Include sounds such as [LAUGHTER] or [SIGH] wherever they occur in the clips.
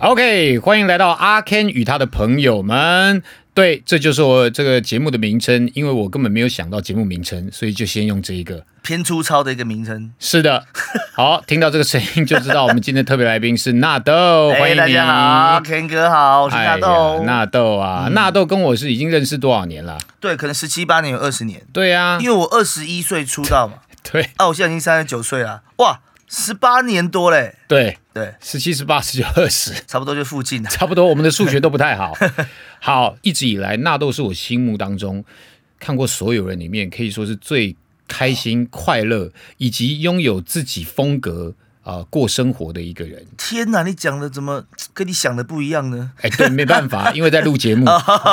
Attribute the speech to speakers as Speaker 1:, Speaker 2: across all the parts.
Speaker 1: OK，欢迎来到阿 Ken 与他的朋友们。对，这就是我这个节目的名称，因为我根本没有想到节目名称，所以就先用这一个。
Speaker 2: 偏粗糙的一个名称。
Speaker 1: 是
Speaker 2: [LAUGHS]
Speaker 1: 的，好，听到这个声音就知道我们今天特别来宾是纳
Speaker 2: [LAUGHS]
Speaker 1: 豆，哦欢迎你。
Speaker 2: 哎大家好，Ken 哥好，我是
Speaker 1: 哎
Speaker 2: 大
Speaker 1: 呀
Speaker 2: 豆。嗯
Speaker 1: 纳豆啊，纳豆跟我是已经认识多少年了？
Speaker 2: 对，可能十七八年有二十年，
Speaker 1: 对啊
Speaker 2: 因，为我二十一岁出道嘛，
Speaker 1: 对
Speaker 2: 啊，我现在已经三十九岁了，哇，十八年多嘞，
Speaker 1: 对，
Speaker 2: 对，
Speaker 1: 十七、十八、十九、二十，
Speaker 2: 差不多就附近
Speaker 1: [LAUGHS]
Speaker 2: 了。
Speaker 1: 差不多，我们的数学都不太好。 [LAUGHS] 好，一直以来，纳豆是我心目当中看过所有人里面，可以说是最开心、快乐，以及拥有自己风格啊、呃过生活的一个人。
Speaker 2: 天哪，你讲的怎么跟你想的不一样呢？
Speaker 1: 哎，对，没办法，因为在录节目，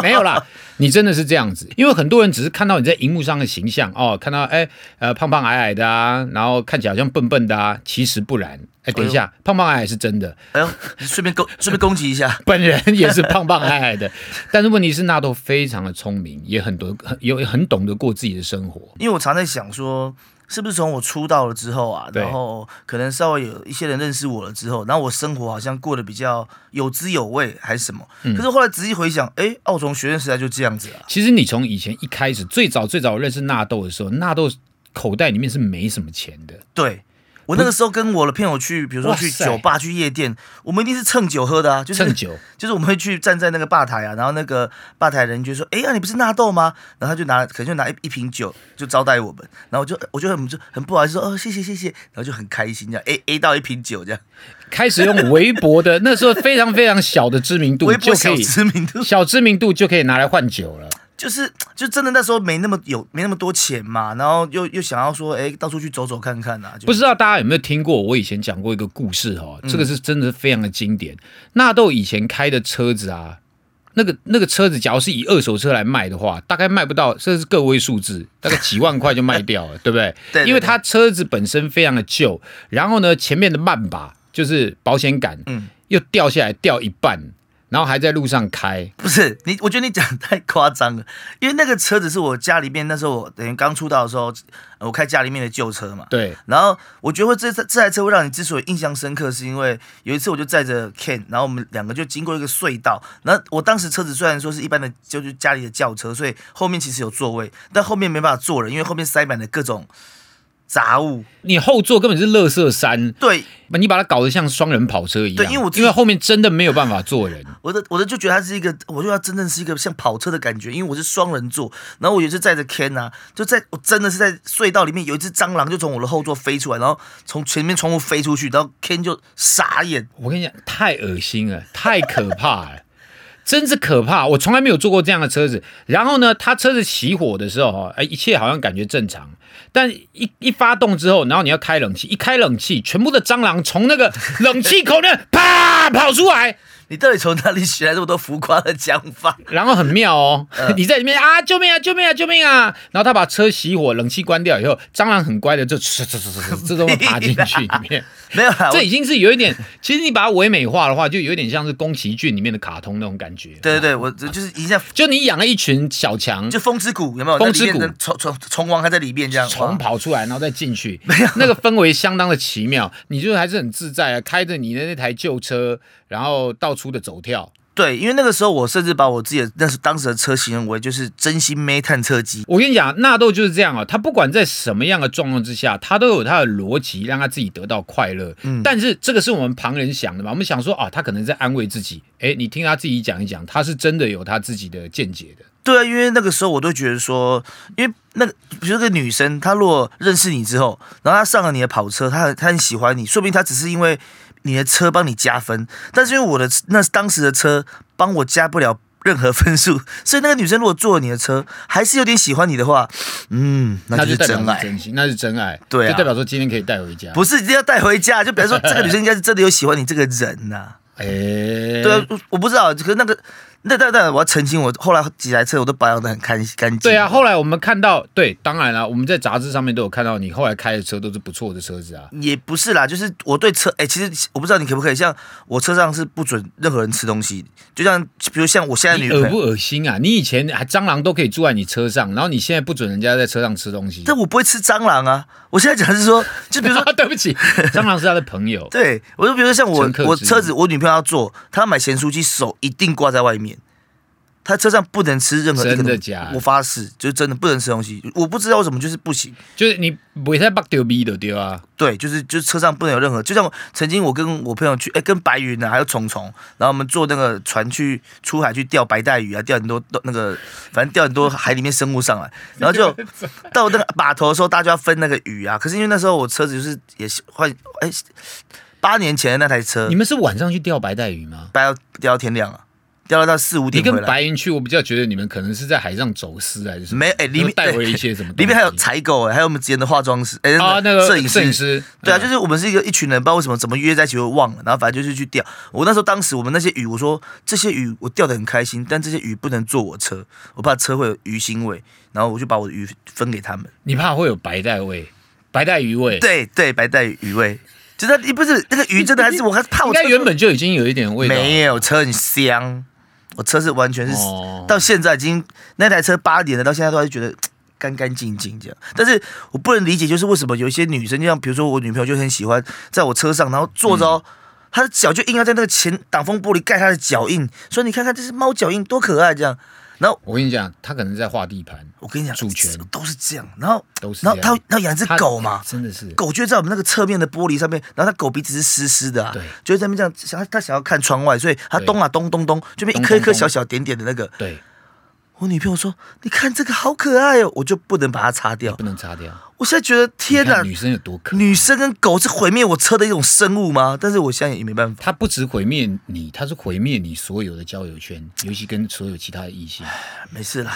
Speaker 1: 没有啦。你真的是这样子，因为很多人只是看到你在荧幕上的形象哦，看到哎呃胖胖矮矮的啊，然后看起来好像笨笨的啊，其实不然。哎，等一下，胖胖矮矮是真的，
Speaker 2: 哎呦，你顺便攻 [LAUGHS] 顺便攻击一下，
Speaker 1: [LAUGHS] 本人也是胖胖矮矮的，但是问题是纳豆非常的聪明，也很多很有很懂得过自己的生活。
Speaker 2: 因为我常在想说。是不是从我出道了之后啊，
Speaker 1: 对
Speaker 2: 然后可能稍微有一些人认识我了之后，然后我生活好像过得比较有滋有味，还是什么？
Speaker 1: 嗯
Speaker 2: 可是后来仔细回想，哎，啊我从学生时代就这样子啊。
Speaker 1: 其实你从以前一开始，最早最早认识纳豆的时候，纳豆口袋里面是没什么钱的，
Speaker 2: 对，我那个时候跟我的朋友去，比如说去
Speaker 1: 哇塞
Speaker 2: 酒吧、去夜店，我们一定是蹭酒喝的啊，就是
Speaker 1: 趁
Speaker 2: [LAUGHS]
Speaker 1: 酒。
Speaker 2: 就是我们会去站在那个吧台啊，然后那个吧台人就说：“哎呀、你不是纳豆吗？”然后他就拿，可能就拿一一瓶酒就招待我们，然后我就我就很就很不好意思说：“哦，谢谢谢谢。”然后就很开心这样，A A 到一瓶酒这样，
Speaker 1: 开始用微博的那时候非常非常小的知名度
Speaker 2: 微博
Speaker 1: 就可
Speaker 2: 小
Speaker 1: 以
Speaker 2: 知名度，
Speaker 1: 小知名度就可以拿来换酒了。
Speaker 2: 就是就真的那时候没那么有没那么多钱嘛，然后又又想要说，哎、到处去走走看看啊，就
Speaker 1: 不知道大家有没有听过我以前讲过一个故事哦，这个
Speaker 2: 嗯
Speaker 1: 是真的是非常的经典。纳豆以前开的车子啊，那个那个车子，假如是以二手车来卖的话，大概卖不到，甚至是个位数字，大概几万块就卖掉了，对不对？
Speaker 2: [LAUGHS] 对对
Speaker 1: 因为它车子本身非常的旧，然后呢，前面的慢把就是保险杆，
Speaker 2: 嗯
Speaker 1: 又掉下来掉一半，然后还在路上开。
Speaker 2: [LAUGHS] 不是你，我觉得你讲得太夸张了， [LAUGHS] 因为那个车子是我家里面那时候我等于刚出道的时候，呃我开家里面的旧车嘛。
Speaker 1: 对，
Speaker 2: 然后我觉得会这这台车会让你之所以印象深刻，是因为有一次我就载着 Ken，然后我们两个就经过一个隧道。然后我当时车子虽然说是一般的，就是家里的轿车，所以后面其实有座位，但后面没办法坐人，因为后面塞满了各种杂物。
Speaker 1: 你后座根本是乐色山，
Speaker 2: 对，
Speaker 1: 你把它搞得像双人跑车一样。
Speaker 2: 对因为我自己
Speaker 1: 因为后面真的没有办法坐人。
Speaker 2: 我的我的就觉得它是一个，我就要真正是一个像跑车的感觉，因为我是双人座，然后我有一次载着 Ken 啊，就在我真的是在隧道里面有一只蟑螂就从我的后座飞出来，然后从前面窗户飞出去，然后 Ken 就傻眼，
Speaker 1: 我跟你讲，太恶心了， [LAUGHS] 太可怕了，真是可怕！我从来没有坐过这样的车子。然后呢，他车子起火的时候，哈，哎，一切好像感觉正常，但一一发动之后，然后你要开冷气，一开冷气，全部的蟑螂从那个 [LAUGHS] 冷气口那啪跑出来，
Speaker 2: 你到底从哪里学来这么多浮夸的讲法？ [LAUGHS]
Speaker 1: 然后很妙哦， [LAUGHS] 你在里面啊，救命啊，救命啊，救命啊！然后他把车熄火，冷气关掉以后，蟑螂很乖的就哧哧哧哧哧自动地爬进去里面。
Speaker 2: 没有啊啦，我
Speaker 1: 这已经是有一点， [LAUGHS] 其实你把它唯美化的话，就有点像是宫崎骏里面的卡通那种感觉。
Speaker 2: 对对对，我这就是一下
Speaker 1: 就你养了一群小强，
Speaker 2: 就风之谷有没有？
Speaker 1: 风之谷
Speaker 2: 那里面的虫虫虫王还在里面这样，
Speaker 1: 虫跑出来，然后再进
Speaker 2: [LAUGHS]
Speaker 1: 去，那个氛围相当的奇妙，你就还是很自在啊，开着你的那台旧车，然后到处的走跳。
Speaker 2: 对，因为那个时候我甚至把我自己的那时当时的车形容为就是真心妹探测机，
Speaker 1: 我跟你讲，纳豆就是这样啊，他不管在什么样的状况之下，他都有他的逻辑，让他自己得到快乐。
Speaker 2: 嗯
Speaker 1: 但是这个是我们旁人想的嘛，我们想说啊，他可能在安慰自己。哎，你听他自己讲一讲，他是真的有他自己的见解的。
Speaker 2: 对啊，因为那个时候我都觉得说，因为那个比如说那个女生，她如果认识你之后，然后她上了你的跑车，她很她很喜欢你，说不定她只是因为你的车帮你加分，但是因为我的那当时的车帮我加不了。任何 [LAUGHS] 分数，所以那个女生如果坐了你的车，还是有点喜欢你的话，嗯，那就
Speaker 1: 就是代表
Speaker 2: 真
Speaker 1: 是
Speaker 2: 爱，
Speaker 1: 真心，那是真爱，
Speaker 2: 对啊
Speaker 1: 就代表说今天可以带回家。
Speaker 2: 不是一定要带回家。
Speaker 1: [LAUGHS]
Speaker 2: 就比方说，这个女生应该是真的有喜欢你这个人呐、
Speaker 1: 哎，
Speaker 2: 啊对啊，我我不知道，可是那个那但但我要澄清，我后来几台车我都保养的很干干净。
Speaker 1: 对啊，，后来我们看到，对，当然了，我们在杂志上面都有看到你后来开的车都是不错的车子啊。
Speaker 2: 也不是啦，就是我对车，哎、其实我不知道你可不可以，像我车上是不准任何人吃东西，就像比如像我现在
Speaker 1: 你
Speaker 2: 女
Speaker 1: 恶
Speaker 2: 朋
Speaker 1: 不
Speaker 2: 友，
Speaker 1: 恶心啊？你以前还蟑螂都可以住在你车上，然后你现在不准人家在车上吃东西。 [LAUGHS]
Speaker 2: 但我不会吃蟑螂啊。我现在讲的是说，就比如说 [LAUGHS]
Speaker 1: 对不起，蟑螂是他的朋友。
Speaker 2: 对，我就比如说像我
Speaker 1: 乘客
Speaker 2: 我
Speaker 1: 之
Speaker 2: 车
Speaker 1: 一
Speaker 2: 子，我女朋友要坐，她买咸酥鸡，手一定挂在外面。她车上不能吃任何一个
Speaker 1: 真的
Speaker 2: 东西
Speaker 1: 假的
Speaker 2: 我发誓，就是真的不能吃东西。我不知道为什么，就是不行。
Speaker 1: 就是你不会在把丢逼的丢啊，
Speaker 2: 对，就是就是车上不能有任何，就像我曾经我跟我朋友去，哎，跟白云啊，还有虫虫，然后我们坐那个船去出海去钓白带鱼啊，钓很多那个，反正钓很多海里面生物上来，然后就到那个码头的时候，大家就要分那个鱼啊。可是因为那时候我车子就是也是换，哎，八年前的那台车
Speaker 1: 你，们是晚上去钓白带鱼吗？
Speaker 2: 白要钓到天亮啊，钓到四五
Speaker 1: 你
Speaker 2: 点回
Speaker 1: 跟
Speaker 2: 来。
Speaker 1: 白云去，我比较觉得你们可能是在海上走私还是什么？
Speaker 2: 没哎，里
Speaker 1: 然后
Speaker 2: 面
Speaker 1: 带回了一些什么东西
Speaker 2: 里面还有采购哎，还有我们之前的化妆师哎，
Speaker 1: 啊，那个
Speaker 2: 摄影
Speaker 1: 摄
Speaker 2: 师
Speaker 1: 影师，
Speaker 2: 对啊，就是是我们是一个一群人，不知道为什么怎么约在一起，我忘了。然后反正就是去钓。我那时候当时我们那些鱼，我说这些鱼我钓得很开心，但这些鱼不能坐我车，我怕车会有鱼腥味。然后我就把我的鱼分给
Speaker 1: [LAUGHS]
Speaker 2: 他们。
Speaker 1: 你怕会有白带味、白带鱼味。
Speaker 2: 对对，白带鱼味，就是它不是那个鱼真的还是我还怕
Speaker 1: 应
Speaker 2: 我车
Speaker 1: 该原本就已经有一点味道。
Speaker 2: 没有车很香，我车是完全是、
Speaker 1: 哦
Speaker 2: 到现在已经那台车八年了，到现在都还是觉得。嘖干干净净这样，但是我不能理解，就是为什么有一些女生，就像比如说我女朋友就很喜欢在我车上，然后坐着、哦，
Speaker 1: 嗯
Speaker 2: 她的脚就硬要在那个前挡风玻璃盖她的脚印，说你看看这是猫脚印多可爱这样。然后
Speaker 1: 我跟你讲，他可能在画地盘，
Speaker 2: 我跟你讲，
Speaker 1: 主权
Speaker 2: 都是这样，然后
Speaker 1: 都是这
Speaker 2: 然
Speaker 1: 样
Speaker 2: 后她她养一只
Speaker 1: 他
Speaker 2: 狗嘛，
Speaker 1: 真的是
Speaker 2: 狗就在我们那个侧面的玻璃上面，然后它狗鼻子是湿湿的、啊，
Speaker 1: 对
Speaker 2: 就在那边这样想，它想要看窗外，所以它
Speaker 1: 对
Speaker 2: 咚啊咚咚咚，就变一
Speaker 1: 咚
Speaker 2: 颗一颗
Speaker 1: 咚咚
Speaker 2: 小小点点的那个。
Speaker 1: 对，
Speaker 2: 我女朋友说：“你看这个好可爱哦！”我就不能把它擦掉
Speaker 1: 不。能擦掉。
Speaker 2: 我现在觉得天
Speaker 1: 你
Speaker 2: 哪
Speaker 1: 看，女生有多可？
Speaker 2: 女生跟狗是毁灭我车的一种生物吗？但是我现在也没办法。
Speaker 1: 她不止毁灭你，她是毁灭你所有的交友圈，尤其跟所有其他的异性。
Speaker 2: 没事
Speaker 1: [LAUGHS]
Speaker 2: 啦。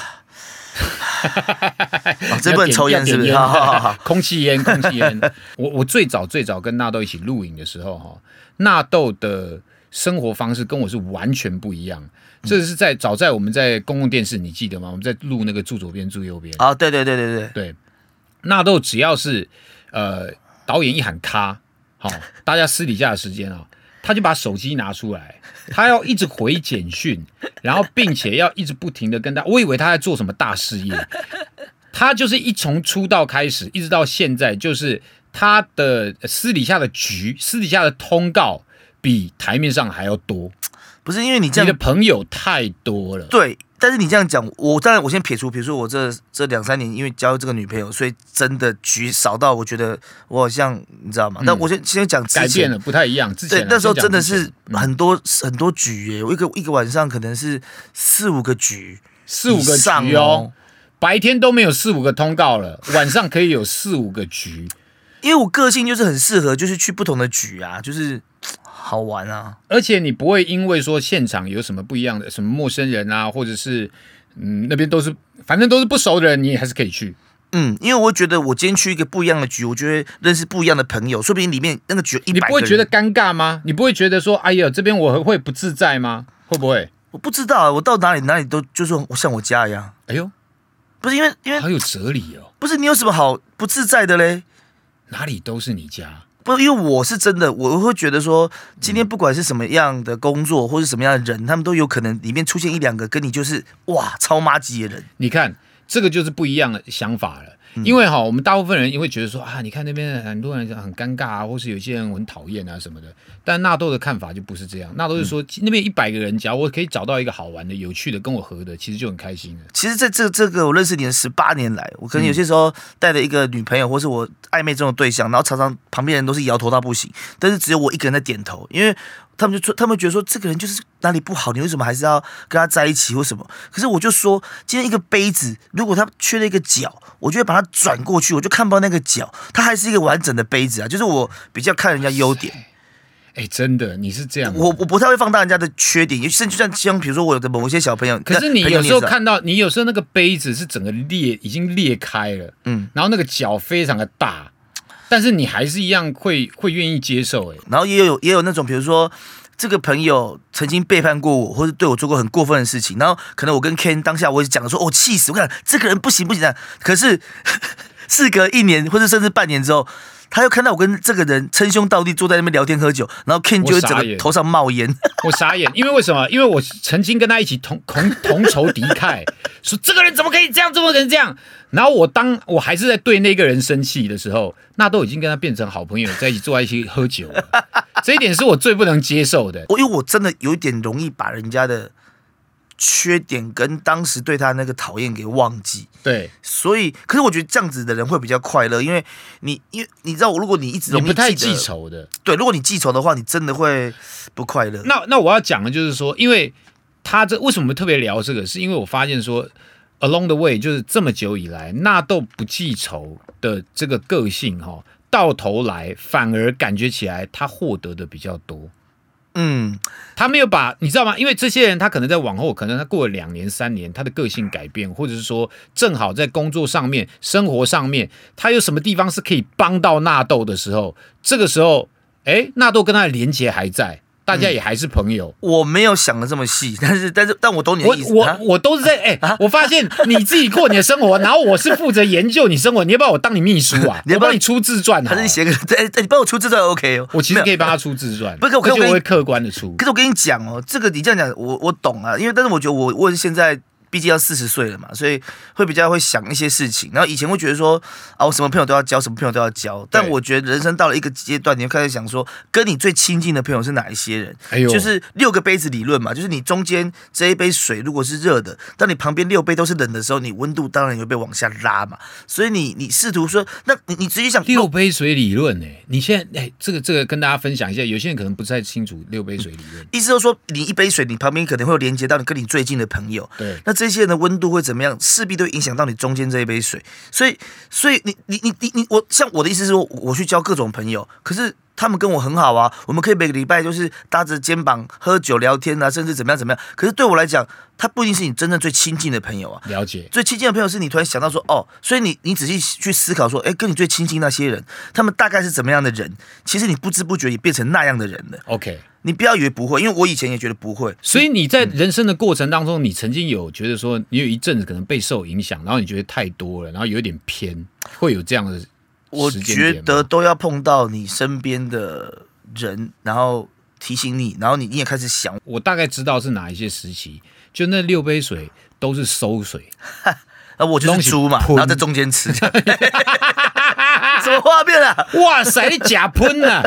Speaker 2: 哦、这不能抽烟是不是？
Speaker 1: 要
Speaker 2: 好
Speaker 1: 点
Speaker 2: 好好
Speaker 1: 要点
Speaker 2: 好
Speaker 1: 烟 [LAUGHS] 空气烟，空气烟。我我最早最早跟纳豆一起录影的时候，哈，纳豆的生活方式跟我是完全不一样。这是在早在我们在公共电视，你记得吗？我们在录那个住左边住右边。
Speaker 2: 啊好，对对对对对，
Speaker 1: 对，纳豆只要是呃导演一喊咔，好、大家私底下的时间啊、他就把手机拿出来，他要一直回简讯，然后并且要一直不停的跟他，我以为他在做什么大事业，他就是一从出道开始，一直到现在，就是他的呃私底下的局、私底下的通告比台面上还要多，
Speaker 2: 不是因为你这
Speaker 1: 你的
Speaker 2: 样
Speaker 1: 朋友太多了。
Speaker 2: 对。但是你这样讲，我当然我先撇除，比如说我这这两三年因为交这个女朋友，所以真的局少到我觉得我好像你知道
Speaker 1: 嗯
Speaker 2: 吗？但我先先讲之前
Speaker 1: 改变了，不太一样。之前啊
Speaker 2: 对，那时候
Speaker 1: 先讲
Speaker 2: 真
Speaker 1: 嗯
Speaker 2: 的
Speaker 1: 之前
Speaker 2: 是很多、很多局耶、我一个一个晚上可能是四五个局，
Speaker 1: 四五个
Speaker 2: 以上
Speaker 1: 局
Speaker 2: 哦
Speaker 1: 哦，白天都没有四五个通告了， [LAUGHS] 晚上可以有四五个局。
Speaker 2: 因为我个性就是很适合就是去不同的局啊，就是嘖好玩啊。
Speaker 1: 而且你不会因为说现场有什么不一样的，什么陌生人啊，或者是嗯那边都是反正都是不熟的人，你也还是可以去。
Speaker 2: 嗯，因为我觉得我今天去一个不一样的局，我就会认识不一样的朋友，说不定里面那个局有一
Speaker 1: 你
Speaker 2: 百
Speaker 1: 不
Speaker 2: 个
Speaker 1: 会
Speaker 2: 人，
Speaker 1: 觉得尴尬吗？你不会觉得说哎呀这边我会不自在吗？会不会？
Speaker 2: 我不知道啊，我到哪里哪里都就是我像我家一样，
Speaker 1: 哎呦，
Speaker 2: 不是因为因为
Speaker 1: 好有哲理哦，
Speaker 2: 不是你有什么好不自在的嘞？
Speaker 1: 哪里都是你家。
Speaker 2: 不，因为我是真的，我会觉得说，今天不管是什么样的工作或是什么样的人，他们都有可能里面出现一两个跟你就是哇超妈级的人。
Speaker 1: 你看，这个就是不一样的想法了。
Speaker 2: 嗯
Speaker 1: 因为哈，我们大部分人也会觉得说啊，你看那边很多人很尴尬啊，或是有些人我很讨厌啊什么的。但纳豆的看法就不是这样，纳豆
Speaker 2: 嗯
Speaker 1: 是说、那边一百个人，只要我可以找到一个好玩的、有趣的、跟我合的，其实就很开心了。
Speaker 2: 其实在这这个我认识你的十八年来，我可能有些时候带了一个女朋友，或是我暧昧中的对象，然后常常旁边人都是摇头到不行，但是只有我一个人在点头，因为他们就说他们觉得说这个人就是哪里不好，你为什么还是要跟他在一起或什么？可是我就说，今天一个杯子，如果它缺了一个角，我就会把它转过去，我就看不到那个角，它还是一个完整的杯子啊。就是我比较看人家优点，
Speaker 1: 哎，真的，你是这样。
Speaker 2: 我我不太会放大人家的缺点，甚至像像比如说我的某一些小朋友，
Speaker 1: 可是
Speaker 2: 那
Speaker 1: 你
Speaker 2: 朋友
Speaker 1: 有
Speaker 2: 也啊
Speaker 1: 时候
Speaker 2: 知道
Speaker 1: 看到，你有时候那个杯子是整个裂，已经裂开了，
Speaker 2: 嗯
Speaker 1: 嗯，然后那个脚非常的大，但是你还是一样会会愿意接受、哎，
Speaker 2: 然后也有也有那种，比如说这个朋友曾经背叛过我，或者对我做过很过分的事情，然后可能我跟 Ken 当下我也讲说，哦，气死，我跟你讲这个人不行不行的。可是 [LAUGHS] 事隔一年或者甚至半年之后，他又看到我跟这个人称兄道弟坐在那边聊天喝酒，然后 Ken 就会整
Speaker 1: 我傻
Speaker 2: 个
Speaker 1: 眼
Speaker 2: 头上冒烟。 [LAUGHS]
Speaker 1: 我傻眼，因为为什么？因为我曾经跟他一起同同 [LAUGHS] 同仇敌忾，说这个人怎么可以这样，怎么可能这样？然后我当我还是在对那个人生气的时候，那都已经跟他变成好朋友，在一起坐在一起喝酒了，这一点是我最不能接受的。
Speaker 2: 我因为我真的有一点容易把人家的缺点跟当时对他那个讨厌给忘记，
Speaker 1: 对
Speaker 2: 所以，可是我觉得这样子的人会比较快乐，因为你，因为你知道，如果你一直
Speaker 1: 你
Speaker 2: 容易
Speaker 1: 不太
Speaker 2: 记
Speaker 1: 记
Speaker 2: 得，
Speaker 1: 仇的。
Speaker 2: 对，如果你记仇的话，你真的会不快乐。
Speaker 1: 那那我要讲的就是说，因为他这为什么特别聊这个，是因为我发现说，along the way 就是这么久以来，纳豆不记仇的这个个性哈、哦，到头来反而感觉起来他获得的比较多。
Speaker 2: 嗯，
Speaker 1: 他没有把你知道吗？因为这些人他可能在往后，可能他过了两年、三年，他的个性改变，或者是说正好在工作上面、生活上面，他有什么地方是可以帮到纳豆的时候，这个时候，哎，纳豆跟他的连结还在，大家也还是朋友。
Speaker 2: 我没有想的这么细，但是，但是，但我懂你的
Speaker 1: 我
Speaker 2: 意思。
Speaker 1: 我
Speaker 2: 啊
Speaker 1: 我都是在哎、我发现你自己过你的生活，然后我是负责研究你生活，你要不要我当你秘书啊？
Speaker 2: [LAUGHS] 你要
Speaker 1: 我
Speaker 2: 不要
Speaker 1: 帮你出自传好
Speaker 2: 还
Speaker 1: 了
Speaker 2: 是你写 [LAUGHS] 个，哎、哎你帮我出这段 OK 哦。
Speaker 1: 我其
Speaker 2: 没
Speaker 1: 实
Speaker 2: 有
Speaker 1: 可以帮他出自传，
Speaker 2: 不是我
Speaker 1: 而
Speaker 2: 跟
Speaker 1: 且
Speaker 2: 我
Speaker 1: 我
Speaker 2: 跟
Speaker 1: 会客观的出。
Speaker 2: 可是我跟你讲哦，这个你这样讲，我我懂啊，因为但是我觉得我我现在毕竟要四十岁了嘛，所以会比较会想一些事情。然后以前会觉得说啊，我什么朋友都要交，什么朋友都要交。但我觉得人生到了一个阶段，你就开始想说，跟你最亲近的朋友是哪一些人？
Speaker 1: 哎呦
Speaker 2: 就是六个杯子理论嘛，就是你中间这一杯水如果是热的，当你旁边六杯都是冷的时候，你温度当然也会被往下拉嘛。所以你你试图说，那你你直接想
Speaker 1: 六杯水理论呢、你现在哎、这个这个跟大家分享一下，有些人可能不太清楚六杯水理论。
Speaker 2: 意思就是说，你一杯水，你旁边可能会有连接到你跟你最近的朋友，
Speaker 1: 对
Speaker 2: 那这些人的温度会怎么样，势必都影响到你中间这一杯水。所以，所以你你你你你，我像我的意思是说，我我去交各种朋友，可是他们跟我很好啊，我们可以每个礼拜就是搭着肩膀喝酒聊天啊，甚至怎么样怎么样。可是对我来讲，他不一定是你真正最亲近的朋友啊。
Speaker 1: 了解，
Speaker 2: 最亲近的朋友是你突然想到说，哦，所以你你仔细去思考说，哎，跟你最亲近那些人，他们大概是怎么样的人？其实你不知不觉也变成那样的人了。
Speaker 1: OK。
Speaker 2: 你不要以为不会，因为我以前也觉得不会。
Speaker 1: 所以你在人生的过程当中，你曾经有觉得说，你有一阵子可能备受影响，然后你觉得太多了，然后有一点偏，会有这样的时间
Speaker 2: 我觉
Speaker 1: 点
Speaker 2: 得
Speaker 1: 吗
Speaker 2: 都要碰到你身边的人，然后提醒你，然后你你也开始想，
Speaker 1: 我大概知道是哪一些时期，就那六杯水都是馊水，
Speaker 2: 啊，我就是猪嘛，
Speaker 1: 东西
Speaker 2: 然后在中间吃， [LAUGHS] 什么画面啊？
Speaker 1: 哇塞，你假喷呐、
Speaker 2: [LAUGHS]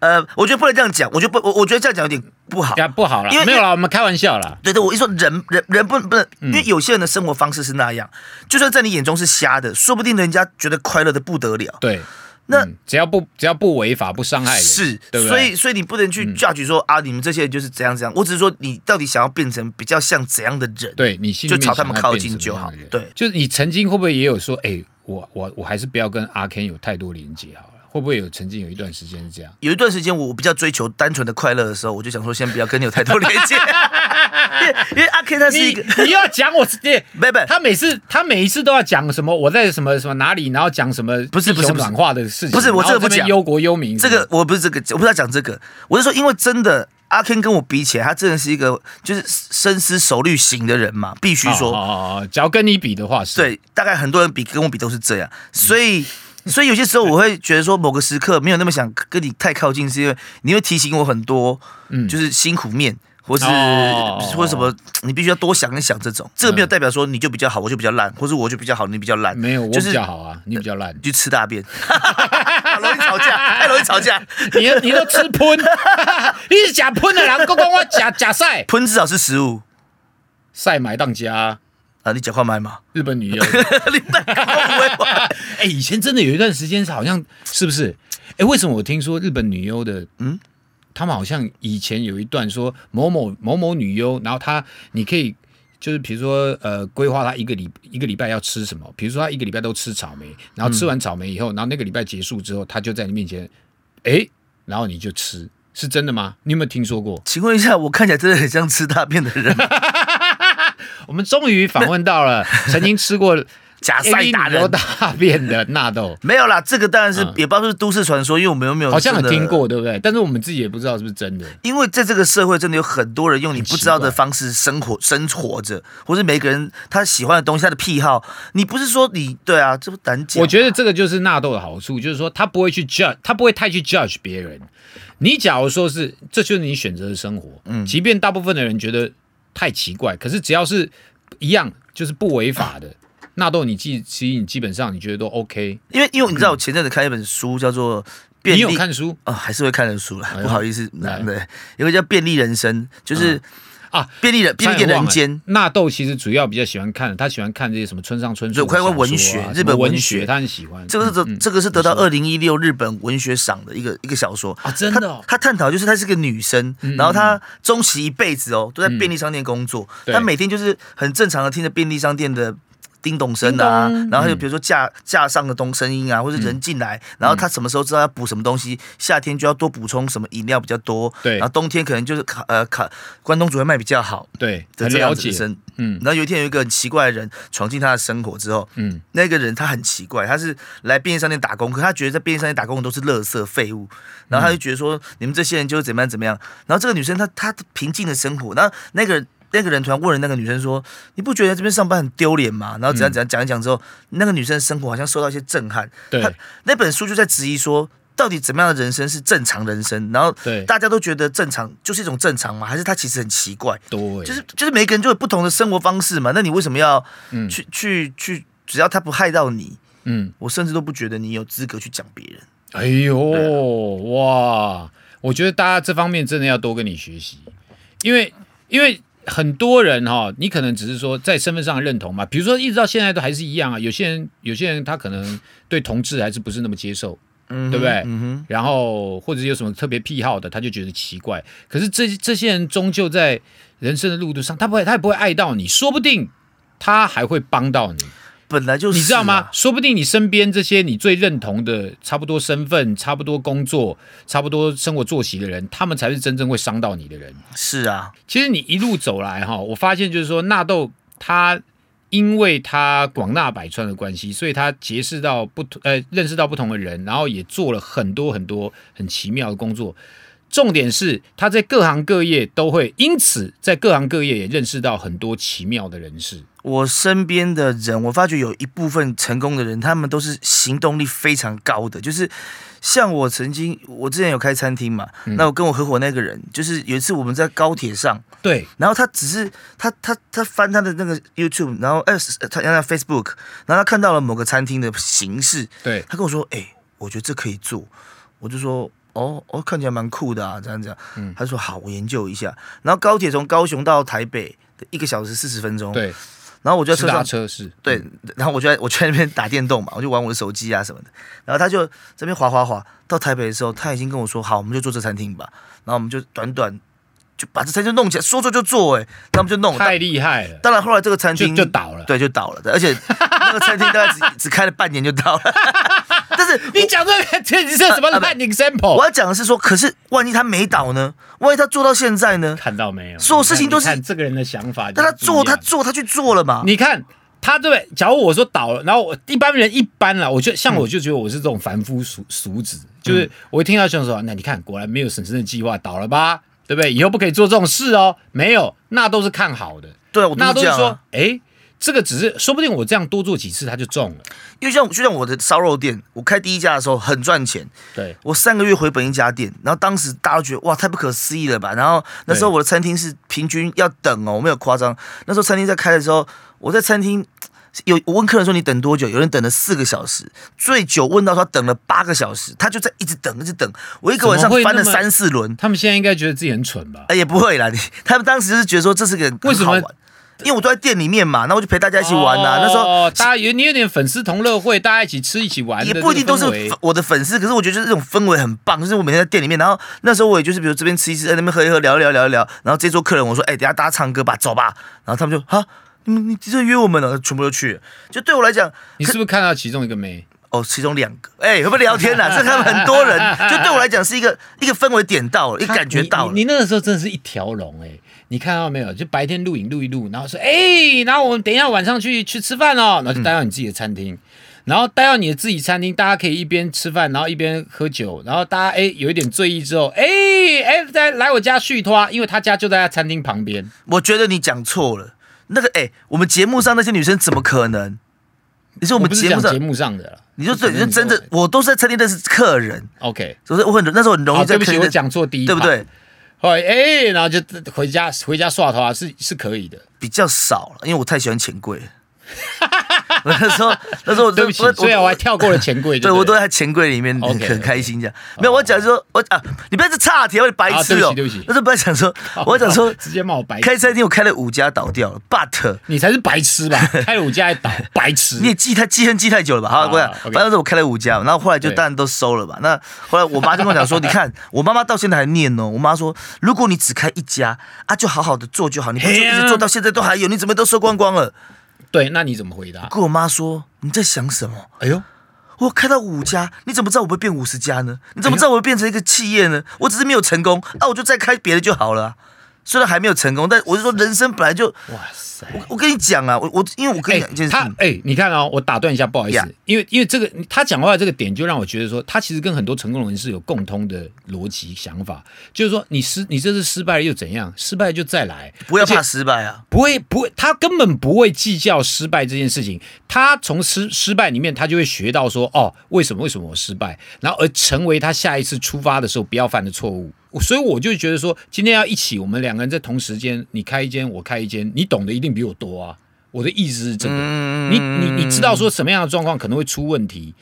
Speaker 1: 啊，
Speaker 2: 呃，我觉得不能这样讲，我觉得不，我我觉得这样讲有点不好。
Speaker 1: 假啊不好
Speaker 2: 因为
Speaker 1: 了，没有啦，我们开玩笑啦。
Speaker 2: 对对，我一说人人人不不能，因为有些人的生活方式是那样，就算在你眼中是瞎的，说不定人家觉得快乐的不得了。
Speaker 1: 对，
Speaker 2: 那
Speaker 1: 嗯只要不只要不违法不伤害人，
Speaker 2: 是，
Speaker 1: 对不对？嗯
Speaker 2: 所以所以你不能去 judge 说、啊，你们这些人就是怎样怎样。我只是说，你到底想要变成比较像怎样的人？，
Speaker 1: 对你心里面
Speaker 2: 就朝他们
Speaker 1: 想要
Speaker 2: 靠
Speaker 1: 变
Speaker 2: 近
Speaker 1: 成什
Speaker 2: 就
Speaker 1: 么样
Speaker 2: 好
Speaker 1: 的人
Speaker 2: 对
Speaker 1: 就是你曾经会不会也有说，哎、我我我还是不要跟阿 Ken 有太多连接好了？会不会有曾经有一段时间是这样？
Speaker 2: 有一段时间我比较追求单纯的快乐的时候，我就想说，先不要跟你有太多连
Speaker 1: [LAUGHS]
Speaker 2: 接，因为因为阿 K 他是一
Speaker 1: 你
Speaker 2: 个。
Speaker 1: 你要讲我是，
Speaker 2: [LAUGHS] 不不，
Speaker 1: 他每次他每一次都要讲什么我在什么什么哪里，然后讲什么
Speaker 2: 不是不
Speaker 1: 地
Speaker 2: 是
Speaker 1: 球
Speaker 2: 不是
Speaker 1: 软化的事情，
Speaker 2: 不是我
Speaker 1: 然后
Speaker 2: 这个不
Speaker 1: 边
Speaker 2: 讲
Speaker 1: 忧国忧民什
Speaker 2: 这
Speaker 1: 么的，
Speaker 2: 个我不是这个，我不是要讲这个，我是说，因为真的阿 Ken 跟我比起来，他真的是一个就是深思熟虑型的人嘛，必须说，
Speaker 1: 哦哦哦哦，只要跟你比的话是，
Speaker 2: 对，大概很多人比跟我比都是这样，
Speaker 1: 嗯
Speaker 2: 所以。所以有些时候我会觉得说，某个时刻没有那么想跟你太靠近，是因为你会提醒我很多，
Speaker 1: 嗯
Speaker 2: 就是辛苦面，或是、
Speaker 1: 哦嗯
Speaker 2: 或什么，你必须要多想一想这种。这个没有代表说你就比较好，我就比较烂，或是我就比较好，你比较烂。
Speaker 1: 没有我
Speaker 2: 就
Speaker 1: 比
Speaker 2: 是
Speaker 1: 较好啊，你比较烂，
Speaker 2: 去吃大便，好容易吵架，太容易吵架。
Speaker 1: 你你都吃喷， [LAUGHS] 你是假喷的啦，人讲 [LAUGHS] 讲我假假 [LAUGHS] 赛
Speaker 2: 喷至少是食物
Speaker 1: 赛买当家
Speaker 2: 啊，你讲话买吗？ [LAUGHS]
Speaker 1: 日本女优。
Speaker 2: 你蛋糕不会买
Speaker 1: [LAUGHS] 哎、以前真的有一段时间是好像是不是？哎、为什么我听说日本女优的，嗯，他们好像以前有一段说某某某某女优，然后她你可以就是比如说呃规划她一个礼一个礼拜要吃什么，比如说她一个礼拜都吃草莓，然后吃
Speaker 2: 嗯
Speaker 1: 完草莓以后，然后那个礼拜结束之后，她就在你面前，哎、然后你就吃，是真的吗？你有没有听说过？
Speaker 2: 请问一下，我看起来真的很
Speaker 1: [LAUGHS]
Speaker 2: 像吃大便的人吗？ [LAUGHS]
Speaker 1: 我们终于访问到了曾经吃过
Speaker 2: 假
Speaker 1: 因为
Speaker 2: 赛
Speaker 1: 你
Speaker 2: 达
Speaker 1: 流
Speaker 2: 人。
Speaker 1: 大便的纳豆，
Speaker 2: 没有啦，这个当然是、也不知道是不是都市传说，因为我们又没有
Speaker 1: 嗯好像有
Speaker 2: 嗯真的
Speaker 1: 听。过，对不对？但是我们自己也不知道是不是真的。
Speaker 2: 因为在这个社会，真的有很多人用你不知道的
Speaker 1: 很奇
Speaker 2: 方式生活生活着，或是每个人他喜欢的东西，他的癖好，你不是说你对啊，这不难讲。
Speaker 1: 我觉得这个就是纳豆的好处，就是说他不会去 judge，他不会太去 judge 别人。你假如说是，这就是你选择的生活，嗯，即便大部分的人觉得太奇怪，可是只要是一样，就是不违法
Speaker 2: [COUGHS]
Speaker 1: 的。纳豆，你基其实你基本上你觉得都 OK。
Speaker 2: 因为因为你知道，我前阵子看一本书叫做《便
Speaker 1: 你有》
Speaker 2: 利
Speaker 1: 看书
Speaker 2: 啊、还是会看的书了，
Speaker 1: 呦
Speaker 2: 不好意思，
Speaker 1: 来
Speaker 2: 对，有个叫《便利人生》，就是
Speaker 1: 啊？
Speaker 2: 便利人、便利店
Speaker 1: 差点忘
Speaker 2: 人
Speaker 1: 了
Speaker 2: 间。
Speaker 1: 纳豆其实主要比较喜欢看，他喜欢看这些什么村上春树
Speaker 2: 对
Speaker 1: 的小说啊、
Speaker 2: 快文学
Speaker 1: 什么
Speaker 2: 日本文
Speaker 1: 文
Speaker 2: 学
Speaker 1: 他很喜欢。
Speaker 2: 这个是得、
Speaker 1: 嗯嗯
Speaker 2: 这个是得到
Speaker 1: 你说
Speaker 2: 二零一六日本文学赏的一个一个小说
Speaker 1: 啊真的哦嗯
Speaker 2: 他探讨就是她是个女生，然后她终其一辈子哦都在便利商店工作，
Speaker 1: 对
Speaker 2: 她每天就是很正常的听着便利商店的。叮咚声啊
Speaker 1: 叮咚，嗯
Speaker 2: 然后就比如说架架上的东声音啊，或者人进来，然后她什么时候知道要补什么东西，夏天就要多补充什么饮料比较多，
Speaker 1: 对
Speaker 2: 然后冬天可能就是卡呃卡关东煮会卖比较好，
Speaker 1: 对
Speaker 2: 的
Speaker 1: 很
Speaker 2: 这
Speaker 1: 了
Speaker 2: 样子
Speaker 1: 解
Speaker 2: 的，生。
Speaker 1: 嗯
Speaker 2: 然后有一天有一个很奇怪的人闯进他的生活之后，
Speaker 1: 嗯，
Speaker 2: 那个人他很奇怪，他是来便利商店打工，可他觉得在便利商店打工的都是垃圾废物，然后他就觉得说、你们这些人就是怎么样怎么样。然后这个女生她她平静的生活，然后那个那个人突然问了那个女生说：“你不觉得在这边上班很丢脸吗？”然后
Speaker 1: 嗯
Speaker 2: 怎样怎样讲一讲之后，那个女生的生活好像受到一些震撼。
Speaker 1: 对
Speaker 2: 她那本书就在质疑说。到底怎么样的人生是正常人生？然后
Speaker 1: 对
Speaker 2: 大家都觉得正常就是一种正常吗？还是他其实很奇怪？
Speaker 1: 对，
Speaker 2: 就是就是每个人就有不同的生活方式嘛。那你为什么要
Speaker 1: 嗯
Speaker 2: 去、去去？只要他不害到你，
Speaker 1: 嗯。
Speaker 2: 我甚至都不觉得你有资格去讲别人。
Speaker 1: 哎呦
Speaker 2: 啊
Speaker 1: 哇！我觉得大家这方面真的要多跟你学习，因为因为很多人哈、你可能只是说在身份上的认同嘛，比如说一直到现在都还是一样啊。有些人有些人他可能对同志还是不是那么接受，
Speaker 2: 嗯哼
Speaker 1: 对不对？
Speaker 2: 嗯哼，
Speaker 1: 然后或者有什么特别癖好的，他就觉得奇怪。可是这这些人终究在人生的路途上，他不会他也不会爱到你，说不定他还会帮到你。
Speaker 2: 本来就是、啊
Speaker 1: 你知道吗？？说不定你身边这些你最认同的、差不多身份、差不多工作、差不多生活作息的人，他们才是真正会伤到你的人。
Speaker 2: 是啊，
Speaker 1: 其实你一路走来哈，我发现就是说纳豆他因为他广纳百川的关系，所以他结识到不同呃认识到不同的人，然后也做了很多很多很奇妙的工作。重点是他在各行各业都会，因此在各行各业也认识到很多奇妙的人士。
Speaker 2: 我身边的人，我发觉有一部分成功的人，他们都是行动力非常高的，就是。像我曾经，我之前有开餐厅嘛，
Speaker 1: 嗯
Speaker 2: 那我跟我合伙那个人，就是有一次我们在高铁上，
Speaker 1: 对，
Speaker 2: 然后他只是他他他翻他的那个 YouTube，然后哎、呃他他 Facebook，然后他看到了某个餐厅的形式，
Speaker 1: 对，
Speaker 2: 他跟我说：“哎、我觉得这可以做。”我就说：“哦，哦，看起来蛮酷的啊，这样这样。”
Speaker 1: 嗯
Speaker 2: 他说：“好，我研究一下。”然后高铁从高雄到台北的一个小时四十分钟。。
Speaker 1: 对，
Speaker 2: 然后我就在
Speaker 1: 是
Speaker 2: 车
Speaker 1: 搭
Speaker 2: 上，
Speaker 1: 车是，
Speaker 2: 对，然后我就在我就在那边打电动嘛，我就玩我的手机啊什么的。然后他就这边滑滑滑到台北的时候，他已经跟我说：“好，我们就做这餐厅吧。”然后我们就短短就把这餐厅弄起来，说做就做、哎，那我们就弄。
Speaker 1: 哦太厉害了。
Speaker 2: 当然后来这个餐
Speaker 1: 就
Speaker 2: 厅
Speaker 1: 就倒了。
Speaker 2: 对，就倒了，而且那个餐厅大概只 [LAUGHS] 只开了半年就倒了。 [LAUGHS] 但是
Speaker 1: 你讲这个，这你是什么
Speaker 2: 呃呃
Speaker 1: 烂 example？
Speaker 2: 我要讲的是说，可是万一他没倒呢？万一他做到现在呢？
Speaker 1: 看到没有？
Speaker 2: 所有事情
Speaker 1: 你看
Speaker 2: 都是
Speaker 1: 你看这个人的想法。
Speaker 2: 但他
Speaker 1: 就
Speaker 2: 做，
Speaker 1: 是
Speaker 2: 他
Speaker 1: 不一样
Speaker 2: 做，他去做了嘛？
Speaker 1: 你看他对，假如我说倒了，然后我一般人一般啦，
Speaker 2: 嗯
Speaker 1: 我就像我就觉得我是这种凡夫俗俗子，就是我一听到这种说，那你看果然没有省身的计划，倒了吧，对不对？以后不可以做这种事哦。没有，那都是看好的，
Speaker 2: 对，我
Speaker 1: 那
Speaker 2: 是
Speaker 1: 都
Speaker 2: 这
Speaker 1: 是
Speaker 2: 样、
Speaker 1: 说
Speaker 2: 啊。，
Speaker 1: 哎，这个只是说不定我这样多做几次他就中了。
Speaker 2: 因为像就像我的烧肉店，我开第一家的时候很赚钱，
Speaker 1: 对，
Speaker 2: 我三个月回本一家店，然后当时大家都觉得哇太不可思议了吧？然后那时候
Speaker 1: 对
Speaker 2: 我的餐厅是平均要等哦，我没有夸张。那时候餐厅在开的时候，我在餐厅有我问客人说你等多久，有人等了四个小时，最久问到他等了八个小时，他就在一直等一直等，我一个晚上
Speaker 1: 怎么会
Speaker 2: 翻了
Speaker 1: 那么
Speaker 2: 三四轮。
Speaker 1: 他们现在应该觉得自己很蠢吧？
Speaker 2: 哎，也不会啦，你他们当时就是觉得说这是个很
Speaker 1: 为什么
Speaker 2: 好玩因为我都在店里面嘛，那我就陪大家一起玩呐、
Speaker 1: 哦
Speaker 2: 那时候
Speaker 1: 大家有你有点粉丝同乐会，大家一起吃一起玩的
Speaker 2: 也
Speaker 1: 那个氛围，
Speaker 2: 不一定都是粉我的粉丝，可是我觉得就是这种氛围很棒。就是我每天在店里面，然后那时候我也就是比如这边吃一吃，在那边喝一喝，聊一聊聊一聊。然后这桌客人我说，哎、等一下大家唱歌吧，走吧。然后他们就啊，你们你这约我们了，全部都去了。就对我来讲，
Speaker 1: 你是不是看到其中一个妹？
Speaker 2: 哦，其中两个，哎、会不会聊天啊？这 [LAUGHS] 他们很多人，就对我来讲是一个一个氛围点到了，一个
Speaker 1: 他
Speaker 2: 感觉
Speaker 1: 你
Speaker 2: 到了。
Speaker 1: 你。你那个时候真的是一条龙哎、你看到没有？就白天录影录一录，然后说哎、然后我们等一下晚上去去吃饭哦，然
Speaker 2: 嗯
Speaker 1: 后就带到你自己的餐厅。然后带到你的自己餐厅，大家可以一边吃饭，然后一边喝酒，然后大家哎有一点醉意之后，哎哎再来我家续托，因为他家就在他餐厅旁边。
Speaker 2: 我觉得你讲错了。那个哎、我们节目上那些女生怎么可能？你说我
Speaker 1: 我
Speaker 2: 们
Speaker 1: 不是
Speaker 2: 节目
Speaker 1: 讲
Speaker 2: 上
Speaker 1: 节，目上的啦，
Speaker 2: 你就对，你
Speaker 1: 是
Speaker 2: 就真的，我都是在餐厅认识客人，
Speaker 1: OK。
Speaker 2: 所以我很那时候很容
Speaker 1: 好，
Speaker 2: 易在
Speaker 1: 对不
Speaker 2: 客
Speaker 1: 起，
Speaker 2: 人
Speaker 1: 我
Speaker 2: 认，
Speaker 1: 讲错第一，
Speaker 2: 对不？对？
Speaker 1: 后来哎，然后就回家回家刷头啊，是是可以的。
Speaker 2: 比较少了，因为我太喜欢钱柜 [LAUGHS] 了。我那时候，那时候我
Speaker 1: 对不起，
Speaker 2: 我
Speaker 1: 所以我还跳过了钱柜，
Speaker 2: 对
Speaker 1: 不
Speaker 2: 我都在钱柜里面
Speaker 1: OK，OK 哦
Speaker 2: 很开心这样。没有，我讲说，我啊，你不要是岔题，我你白痴
Speaker 1: 啊
Speaker 2: 哦
Speaker 1: 对不起对不起。
Speaker 2: 那时候本来
Speaker 1: [LAUGHS]
Speaker 2: 想说，我想说
Speaker 1: 直接骂我白痴，
Speaker 2: 开餐厅，我开了五家倒掉了，but
Speaker 1: 你才是白痴
Speaker 2: [LAUGHS]
Speaker 1: 吧？开了我家还倒，白痴
Speaker 2: 你。也记太记恨记太久了吧？好，我讲，
Speaker 1: 啊 OK
Speaker 2: 反正是我开了五家，然后后来就
Speaker 1: 对
Speaker 2: 当然都收了吧。那后来我妈就跟我讲
Speaker 1: [LAUGHS]
Speaker 2: 说，你看我妈妈到现在还念哦，我妈说，如果你只开一家啊，就好好的做就好，你不就
Speaker 1: 嘿
Speaker 2: 一
Speaker 1: 啊
Speaker 2: 直做到现在都还有，你怎么都收光光了？
Speaker 1: 对，那你怎么回答？
Speaker 2: 跟我妈说，你在想什么？
Speaker 1: 哎呦，
Speaker 2: 我开到五家，你怎么知道我会变五十家呢？你怎么知道我会变成一个企业呢？我只是没有成功啊，我就再开别的就好了啊、虽然还没有成功，但我是说人生本来就，
Speaker 1: 哇塞！
Speaker 2: 我跟你讲啊，我我因为我跟你
Speaker 1: 哎
Speaker 2: 讲一件，事
Speaker 1: 他
Speaker 2: 情，
Speaker 1: 哎，你看啊，我打断一下，不好意
Speaker 2: 呀
Speaker 1: 思，因为因为这个他讲话的这个点，就让我觉得说，他其实跟很多成功人士有共通的逻辑想法，就是说，你失你这次失败了又怎样？失败就再来，
Speaker 2: 不要
Speaker 1: 而且
Speaker 2: 怕失败啊。
Speaker 1: 不会不会，他根本不会计较失败这件事情。他从失失败里面，他就会学到说，哦，为什么为什么我失败，然后而成为他下一次出发的时候不要犯的错误。所以我就觉得说，今天要一起，我们两个人在同时间，你开一间，我开一间，你懂得一定比我多啊。我的意思是这个，
Speaker 2: 嗯
Speaker 1: 你你你知道说什么样的状况可能会出问题，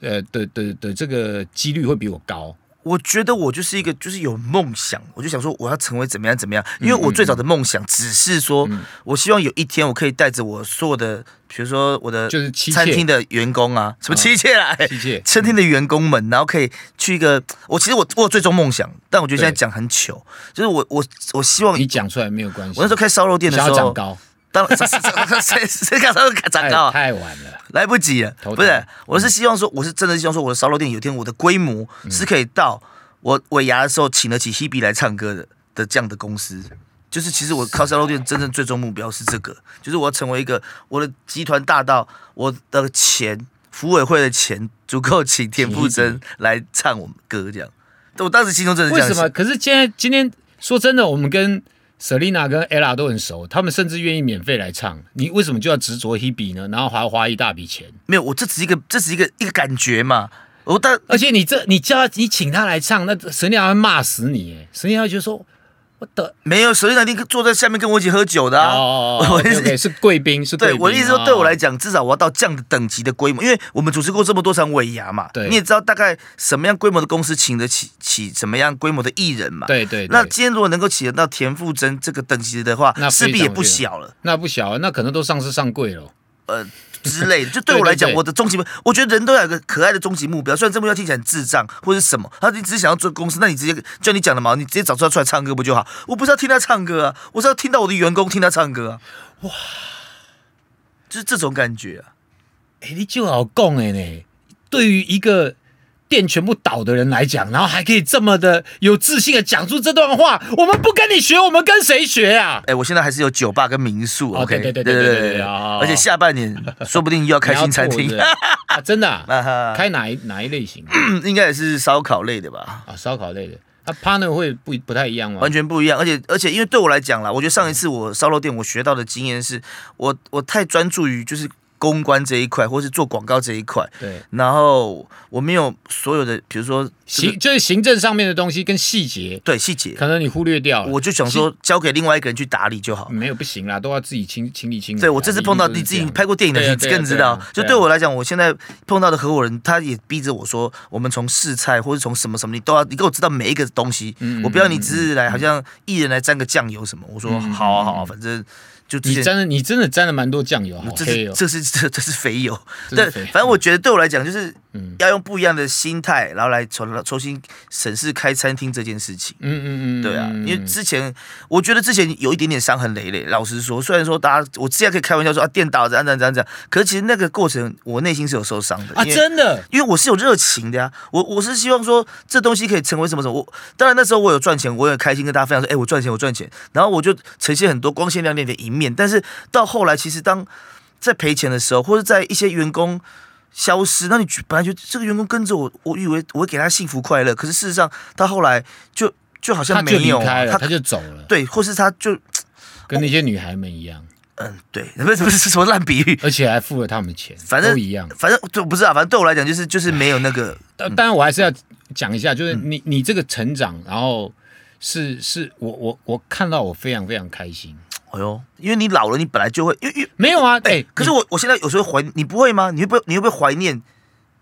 Speaker 1: 呃的的的这个几率会比我高。
Speaker 2: 我觉得我就是一个就是有梦想，我就想说我要成为怎么样怎么样，因为我最早的梦想只是说，
Speaker 1: 嗯
Speaker 2: 我希望有一天我可以带着我所有的，比如说我的
Speaker 1: 就是妻妾嗯
Speaker 2: 餐厅的员工啊，什么妻妾啦，
Speaker 1: 妻妾
Speaker 2: 餐厅的员工们，然后可以去一个，我其实我我有最终梦想，但我觉得现在
Speaker 1: 对
Speaker 2: 讲很糗，就是我我我希望我
Speaker 1: 你讲出来没有关系，
Speaker 2: 那时候开烧肉店的
Speaker 1: 想
Speaker 2: 时
Speaker 1: 要长
Speaker 2: 候，
Speaker 1: 高，哎
Speaker 2: 当 [LAUGHS] 谁谁谁谁敢说长
Speaker 1: 太
Speaker 2: 高啊？
Speaker 1: 太晚了。
Speaker 2: 来不及了，
Speaker 1: 头疼
Speaker 2: 不是，我是希望说，我是真的希望说，我的烧肉店有一天我的规模
Speaker 1: 嗯
Speaker 2: 是可以到我尾牙的时候请得起 Hebe 来唱歌的的这样的公司。就是其实我靠烧肉店真正最终目标是这个，就是我要成为一个我的集团大到我的钱，服委会的钱足够请田馥甄来唱我们歌这样。但我当时心中真的这
Speaker 1: 为
Speaker 2: 样
Speaker 1: 什
Speaker 2: 想
Speaker 1: 么？可是今天今天说真的，我们跟 Selina 跟 Ella 都很熟，他们甚至愿意免费来唱。你为什么就要执着 Hebe 呢？然后还要花一大笔钱，
Speaker 2: 没有，我这只是一个这只是一个一个感觉嘛。我当
Speaker 1: 而且你这你叫他你请他来唱，那 Selina 会骂死你耶！Selina 会觉得说。我的
Speaker 2: 没有，首先那天坐在下面跟我一起喝酒的啊。
Speaker 1: 哦
Speaker 2: [LAUGHS] 我
Speaker 1: ，OK
Speaker 2: 是
Speaker 1: OK，是贵宾，是贵
Speaker 2: 对
Speaker 1: 宾。啊
Speaker 2: 我的意思说，对我来
Speaker 1: 讲，
Speaker 2: 讲，至少我要到这样的等级的规模，因为我们主持过这么多场尾牙嘛，
Speaker 1: 对
Speaker 2: 你也知道大概什么样规模的公司请得起起什么样规模的艺人嘛。
Speaker 1: 对对，
Speaker 2: 那
Speaker 1: 那
Speaker 2: 今天如果能够请得到田馥甄这个等级的话
Speaker 1: 那，非
Speaker 2: 势必也
Speaker 1: 常
Speaker 2: 不
Speaker 1: 非常
Speaker 2: 小了，
Speaker 1: 那不小，啊那可能都上市上柜了。
Speaker 2: 呃
Speaker 1: [LAUGHS]
Speaker 2: 之类的。就对我来讲，
Speaker 1: 对对对
Speaker 2: 我的终极目，我觉得人都有一个可爱的终极目标，虽然这目标听起来很智障或者是什么，他你只是想要做公司，那你直接就像你讲的嘛，你直接找出他出来唱歌不就好？我不是要听他唱歌啊，我是要听到我的员工听他唱歌啊。哇，就是这种感觉啊。
Speaker 1: 哎，你就好供哎呢。对于一个店全部倒的人来讲，然后还可以这么的有自信的讲出这段话，我们不跟你学，我们跟谁学啊？
Speaker 2: 哎、我现在还是有酒吧跟民宿
Speaker 1: 哦
Speaker 2: ，OK，
Speaker 1: 对对对对对对哦
Speaker 2: 而且下半年说不定又要开新餐
Speaker 1: [LAUGHS]
Speaker 2: 厅 [LAUGHS]
Speaker 1: 你要做是不，是啊，真的啊、
Speaker 2: 那哈，
Speaker 1: 开哪一哪一类型的
Speaker 2: 应该也是烧烤类的吧，
Speaker 1: 啊？烧烤类的，啊，partner 会不不太一样吗
Speaker 2: 完？全不一样。而且而且，因为对我来讲啦，我觉得上一次我烧肉店我学到的经验是，我我太专注于就是公关这一块，或是做广告这一块，
Speaker 1: 对，
Speaker 2: 然后我没有所有的，比如说、这个
Speaker 1: 行就是行政上面的东西跟细节，
Speaker 2: 对细节，
Speaker 1: 可能你忽略掉了。
Speaker 2: 我就想说交给另外一个人去打理就好。
Speaker 1: 没有不行啦，都要自己亲亲力亲为啊。
Speaker 2: 对我这次碰到你
Speaker 1: 一定都
Speaker 2: 自
Speaker 1: 是这
Speaker 2: 己
Speaker 1: 样
Speaker 2: 拍过电影的，
Speaker 1: 对啊
Speaker 2: 你
Speaker 1: 对啊
Speaker 2: 更知道
Speaker 1: 对啊。
Speaker 2: 就
Speaker 1: 对啊
Speaker 2: 对我来讲，我现在碰到的合伙人，他也逼着我说，我们从试菜或者从什么什么，你都要你给我知道每一个东西。
Speaker 1: 嗯
Speaker 2: 我不要你只是来好像艺人来沾个酱油什么。我说好啊好啊，反正就
Speaker 1: 嗯
Speaker 2: 之
Speaker 1: 你
Speaker 2: 前。
Speaker 1: 真的你真的沾了蛮多酱油，好
Speaker 2: 这
Speaker 1: 黑
Speaker 2: 是
Speaker 1: 哦。
Speaker 2: 这是这这是肥油，
Speaker 1: 这
Speaker 2: 对，
Speaker 1: 是肥嗯
Speaker 2: 反正我觉得对我来讲就是要用不一样的心态，然后来从让重新审视开餐厅这件事情。
Speaker 1: 嗯嗯嗯，
Speaker 2: 对啊，因为
Speaker 1: 嗯
Speaker 2: 之前我觉得之前有一点点伤痕累累。老实说，虽然说大家我现在可以开玩笑说啊，电打怎样怎样怎样怎样，可是其实那个过程我内心是有受伤的
Speaker 1: 啊，
Speaker 2: 因为
Speaker 1: 真的，
Speaker 2: 因为我是有热情的呀、我我是希望说这东西可以成为什么什么。我当然那时候我有赚钱，我也开心跟大家分享说，哎、我赚钱，我赚钱。然后我就呈现很多光鲜亮丽的一面。但是到后来，其实当在赔钱的时候，或者在一些员工消失，那你觉本来觉得这个员工跟着我，我以为我会给他幸福快乐，可是事实上他后来就就好
Speaker 1: 他
Speaker 2: 像没
Speaker 1: 就离
Speaker 2: 有啊
Speaker 1: 开了，
Speaker 2: 他
Speaker 1: 他就走了，
Speaker 2: 对，或是他就
Speaker 1: 跟那些女孩们一样，
Speaker 2: 嗯对， [LAUGHS] 不是不是什么烂比喻，
Speaker 1: 而且还付了他们的钱，
Speaker 2: 反正
Speaker 1: 都一样。
Speaker 2: 反正就不是啊，反正对我来讲就是就是没有那个。
Speaker 1: 但当然，我还是要讲一下，就是
Speaker 2: 嗯
Speaker 1: 你你这个成长，然后是是我我我看到我非常非常开心。
Speaker 2: 哎呦，因为你老了，你本来就会，因为因为
Speaker 1: 没有啊，
Speaker 2: 哎、
Speaker 1: 哎，
Speaker 2: 可是我我现在有时候怀，你不会吗？你会不会你会不会怀念，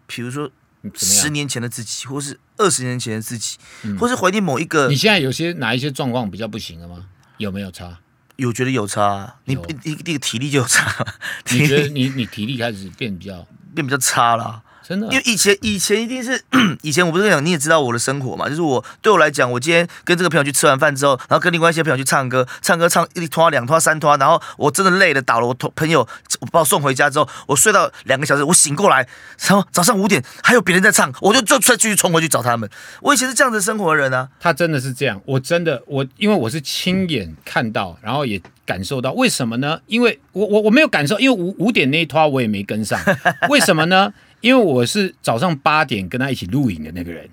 Speaker 2: 比如说
Speaker 1: 你怎么
Speaker 2: 十
Speaker 1: 样？嗯
Speaker 2: 年前的自己，或是二十年前的自己，或是怀念某一个
Speaker 1: 你？现在有些哪一些状况比较不行了吗？有没有差？
Speaker 2: 有觉得有差啊，你
Speaker 1: 有
Speaker 2: 你你你体力就有差， [LAUGHS] 体
Speaker 1: 你觉得
Speaker 2: 力
Speaker 1: 你你体力开始变比较
Speaker 2: 变比较差啦。
Speaker 1: 真的啊
Speaker 2: 因为以前以前一定是 [CLEARS THROAT] 以前我不是跟你讲，你也知道我的生活嘛，就是我对我来讲，我今天跟这个朋友去吃完饭之后，然后跟另外一些朋友去唱歌，唱歌唱一拖两拖三拖，然后我真的累了倒了，我同朋友我把我送回家之后，我睡到两个小时，我醒过来，然后早上五点还有别人在唱，我就就再继续冲回去找他们。我以前是这样子生活的人啊，
Speaker 1: 他真的是这样，我真的我因为我是亲眼看到，然后也感受到，为什么呢？因为我我我没有感受，因为五五点那一拖我也没跟
Speaker 2: [LAUGHS]
Speaker 1: 上，为什么呢？因为我是早上八点跟他一起录影的那个
Speaker 2: [LAUGHS]
Speaker 1: 人，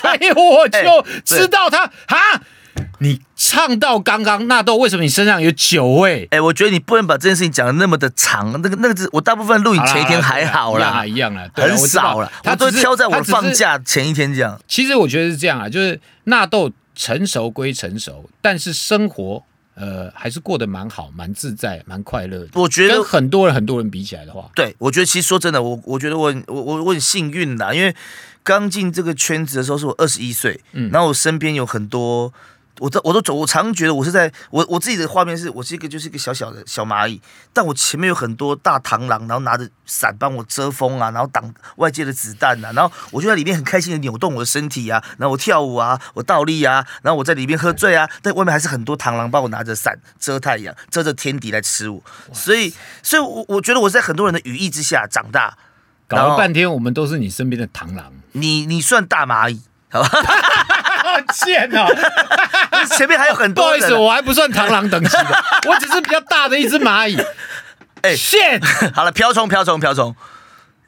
Speaker 1: 所以我就
Speaker 2: 哎
Speaker 1: 知道他啊，你唱到刚刚纳豆，为什么你身上有酒味？
Speaker 2: 哎，我觉得你不能把这件事情讲的那么的长，那个那个是我大部分录影前一天还好啦，
Speaker 1: 一样啦，啊一样啦对啊
Speaker 2: 很
Speaker 1: 我知道
Speaker 2: 少啦，
Speaker 1: 他
Speaker 2: 我都
Speaker 1: 只是
Speaker 2: 挑在我
Speaker 1: 他
Speaker 2: 的
Speaker 1: 只是
Speaker 2: 放假前一天讲。
Speaker 1: 其实我觉得是这样啊，就是纳豆成熟归成熟，但是生活呃还是过得蛮好、蛮自在、蛮快乐的。
Speaker 2: 我觉得
Speaker 1: 跟很多人很多人比起来的话，
Speaker 2: 对，我觉得其实说真的，我我觉得我很我我我很幸运啦，因为刚进这个圈子的时候是我二十一岁，然后我身边有很多，我都我都走，我常觉得我是在我我自己的画面是我是一个就是一个小小的小蚂蚁，但我前面有很多大螳螂，然后拿着伞帮我遮风啊，然后挡外界的子弹啊，然后我就在里面很开心的扭动我的身体啊，然后我跳舞啊，我倒立啊，然后我在里面喝醉啊，但外面还是很多螳螂帮我拿着伞遮太阳，遮着天敌来吃我，所以所以我我觉得我在很多人的羽翼之下长大，
Speaker 1: 搞
Speaker 2: 然
Speaker 1: 了
Speaker 2: 后
Speaker 1: 半天我们都是你身边的螳螂，
Speaker 2: 你你算大蚂蚁。好吧，
Speaker 1: 好贱哦！
Speaker 2: 前面还有很
Speaker 1: [LAUGHS] 不
Speaker 2: 多
Speaker 1: 好意
Speaker 2: 人啊。
Speaker 1: 思，我还不算螳螂等级
Speaker 2: [LAUGHS]
Speaker 1: 的，我只是比较大的一只蚂蚁。
Speaker 2: 哎
Speaker 1: shit！
Speaker 2: [LAUGHS] 好了，瓢虫，瓢虫，瓢虫，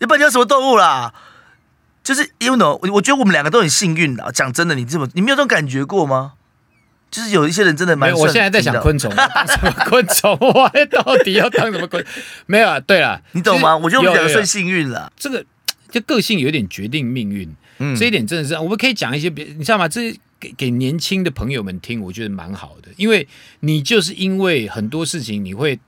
Speaker 2: 你不然叫什么动物啦？就是 you know，我我觉得我们两个都很幸运啦。讲真的，你这么你没有这种感觉过吗？就是有一些人真的
Speaker 1: 没
Speaker 2: 蛮……
Speaker 1: 有，我现在在想，昆虫，我当什么昆虫？我到底要当什么昆？没有啊，对了，
Speaker 2: 你懂吗？
Speaker 1: 其
Speaker 2: 我
Speaker 1: 实
Speaker 2: 觉得
Speaker 1: 有
Speaker 2: 我们两个
Speaker 1: 有
Speaker 2: 算幸运啦。
Speaker 1: 这个就个性有点决定命运，
Speaker 2: 嗯
Speaker 1: 这一点真的是我们可以讲一些别，你知道吗？这给给年轻的朋友们听，我觉得蛮好的，因为你就是因为很多事情你会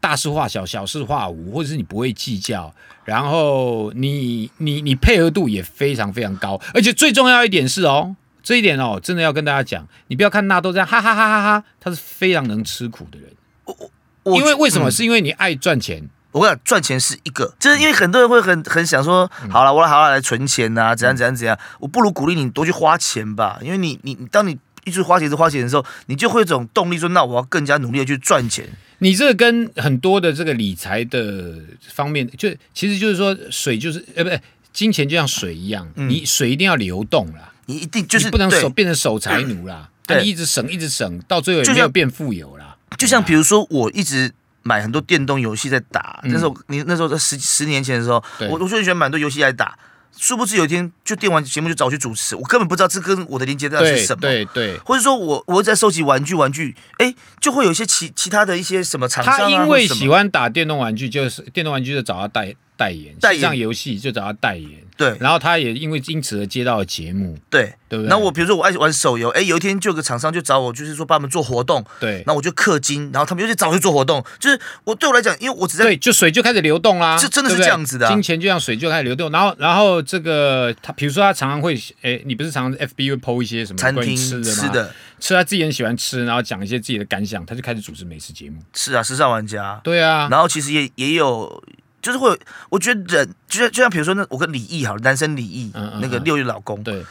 Speaker 1: 大事化小，小事化无，或者是你不会计较，然后你你你配合度也非常非常高，而且最重要一点是哦。这一点哦，真的要跟大家讲，你不要看纳豆这样，哈哈哈哈哈，他是非常能吃苦的人。
Speaker 2: 我嗯
Speaker 1: 因为为什么？是因为你爱赚钱，
Speaker 2: 我跟你讲，赚钱是一个，就是因为很多人会很很想说，
Speaker 1: 嗯
Speaker 2: 好了，我好了来存钱呐、怎样怎样怎样。我不如鼓励你多去花钱吧，因为你你你当你一直花钱一直花钱的时候，你就会有一种动力说，那我要更加努力的去赚钱。
Speaker 1: 你这个跟很多的这个理财的方面，就其实就是说，水就是呃，不对，金钱就像水一样，你水一定要流动啦，
Speaker 2: 你一定嗯就是
Speaker 1: 你不能
Speaker 2: 对嗯
Speaker 1: 守变成守财奴啦，啊
Speaker 2: 对
Speaker 1: 那你一直省一直省，到最后也
Speaker 2: 就
Speaker 1: 没有
Speaker 2: 像
Speaker 1: 变富有啦。
Speaker 2: 就像比如说，我一直买很多电动游戏在打，那时候你那时候在十十年前的时候，
Speaker 1: 嗯对
Speaker 2: 我我就很喜欢买很多游戏来打。殊不知有一天就电玩节目就找我去主持，我根本不知道这跟我的连接到底啊是
Speaker 1: 对
Speaker 2: 什么。
Speaker 1: 对对，
Speaker 2: 或者说我我在收集玩具，玩具，哎，就会有一些其其他的一些什么厂商、啊、
Speaker 1: 他因为喜
Speaker 2: 欢
Speaker 1: 欢打电动玩具，就是电动玩具就找他代代言，
Speaker 2: 代言
Speaker 1: 线上游戏就找他代言，
Speaker 2: 对
Speaker 1: 然后他也因为因此而接到了节目，
Speaker 2: 对
Speaker 1: 对不对
Speaker 2: 然后我比如说我爱玩手游，哎，有一天就有个厂商就找我，就是说帮我们做活动，
Speaker 1: 对
Speaker 2: 那我就氪金，然后他们又去找我去做活动，就是我对我来讲，因为我只在
Speaker 1: 对，就水就开始流动啦，
Speaker 2: 这真的
Speaker 1: 对
Speaker 2: 是
Speaker 1: 不对
Speaker 2: 这样子的啊
Speaker 1: 金钱就像水就开始流动。然后，然后这个他，比如说他常常会，诶，你不是常常 FB 会 PO 一些什么
Speaker 2: 餐
Speaker 1: 关于
Speaker 2: 厅
Speaker 1: 吃的吗？
Speaker 2: 吃的，
Speaker 1: 吃他自己很喜欢吃，然后讲一些自己的感想，他就开始主持美食节目。
Speaker 2: 是啊，时尚玩家，
Speaker 1: 对啊，
Speaker 2: 然后其实也也有，就是会有，我觉得人就像就像比如说那我跟李毅好了，男生李毅、
Speaker 1: 嗯嗯
Speaker 2: 那个
Speaker 1: 嗯
Speaker 2: 六月老公，
Speaker 1: 对，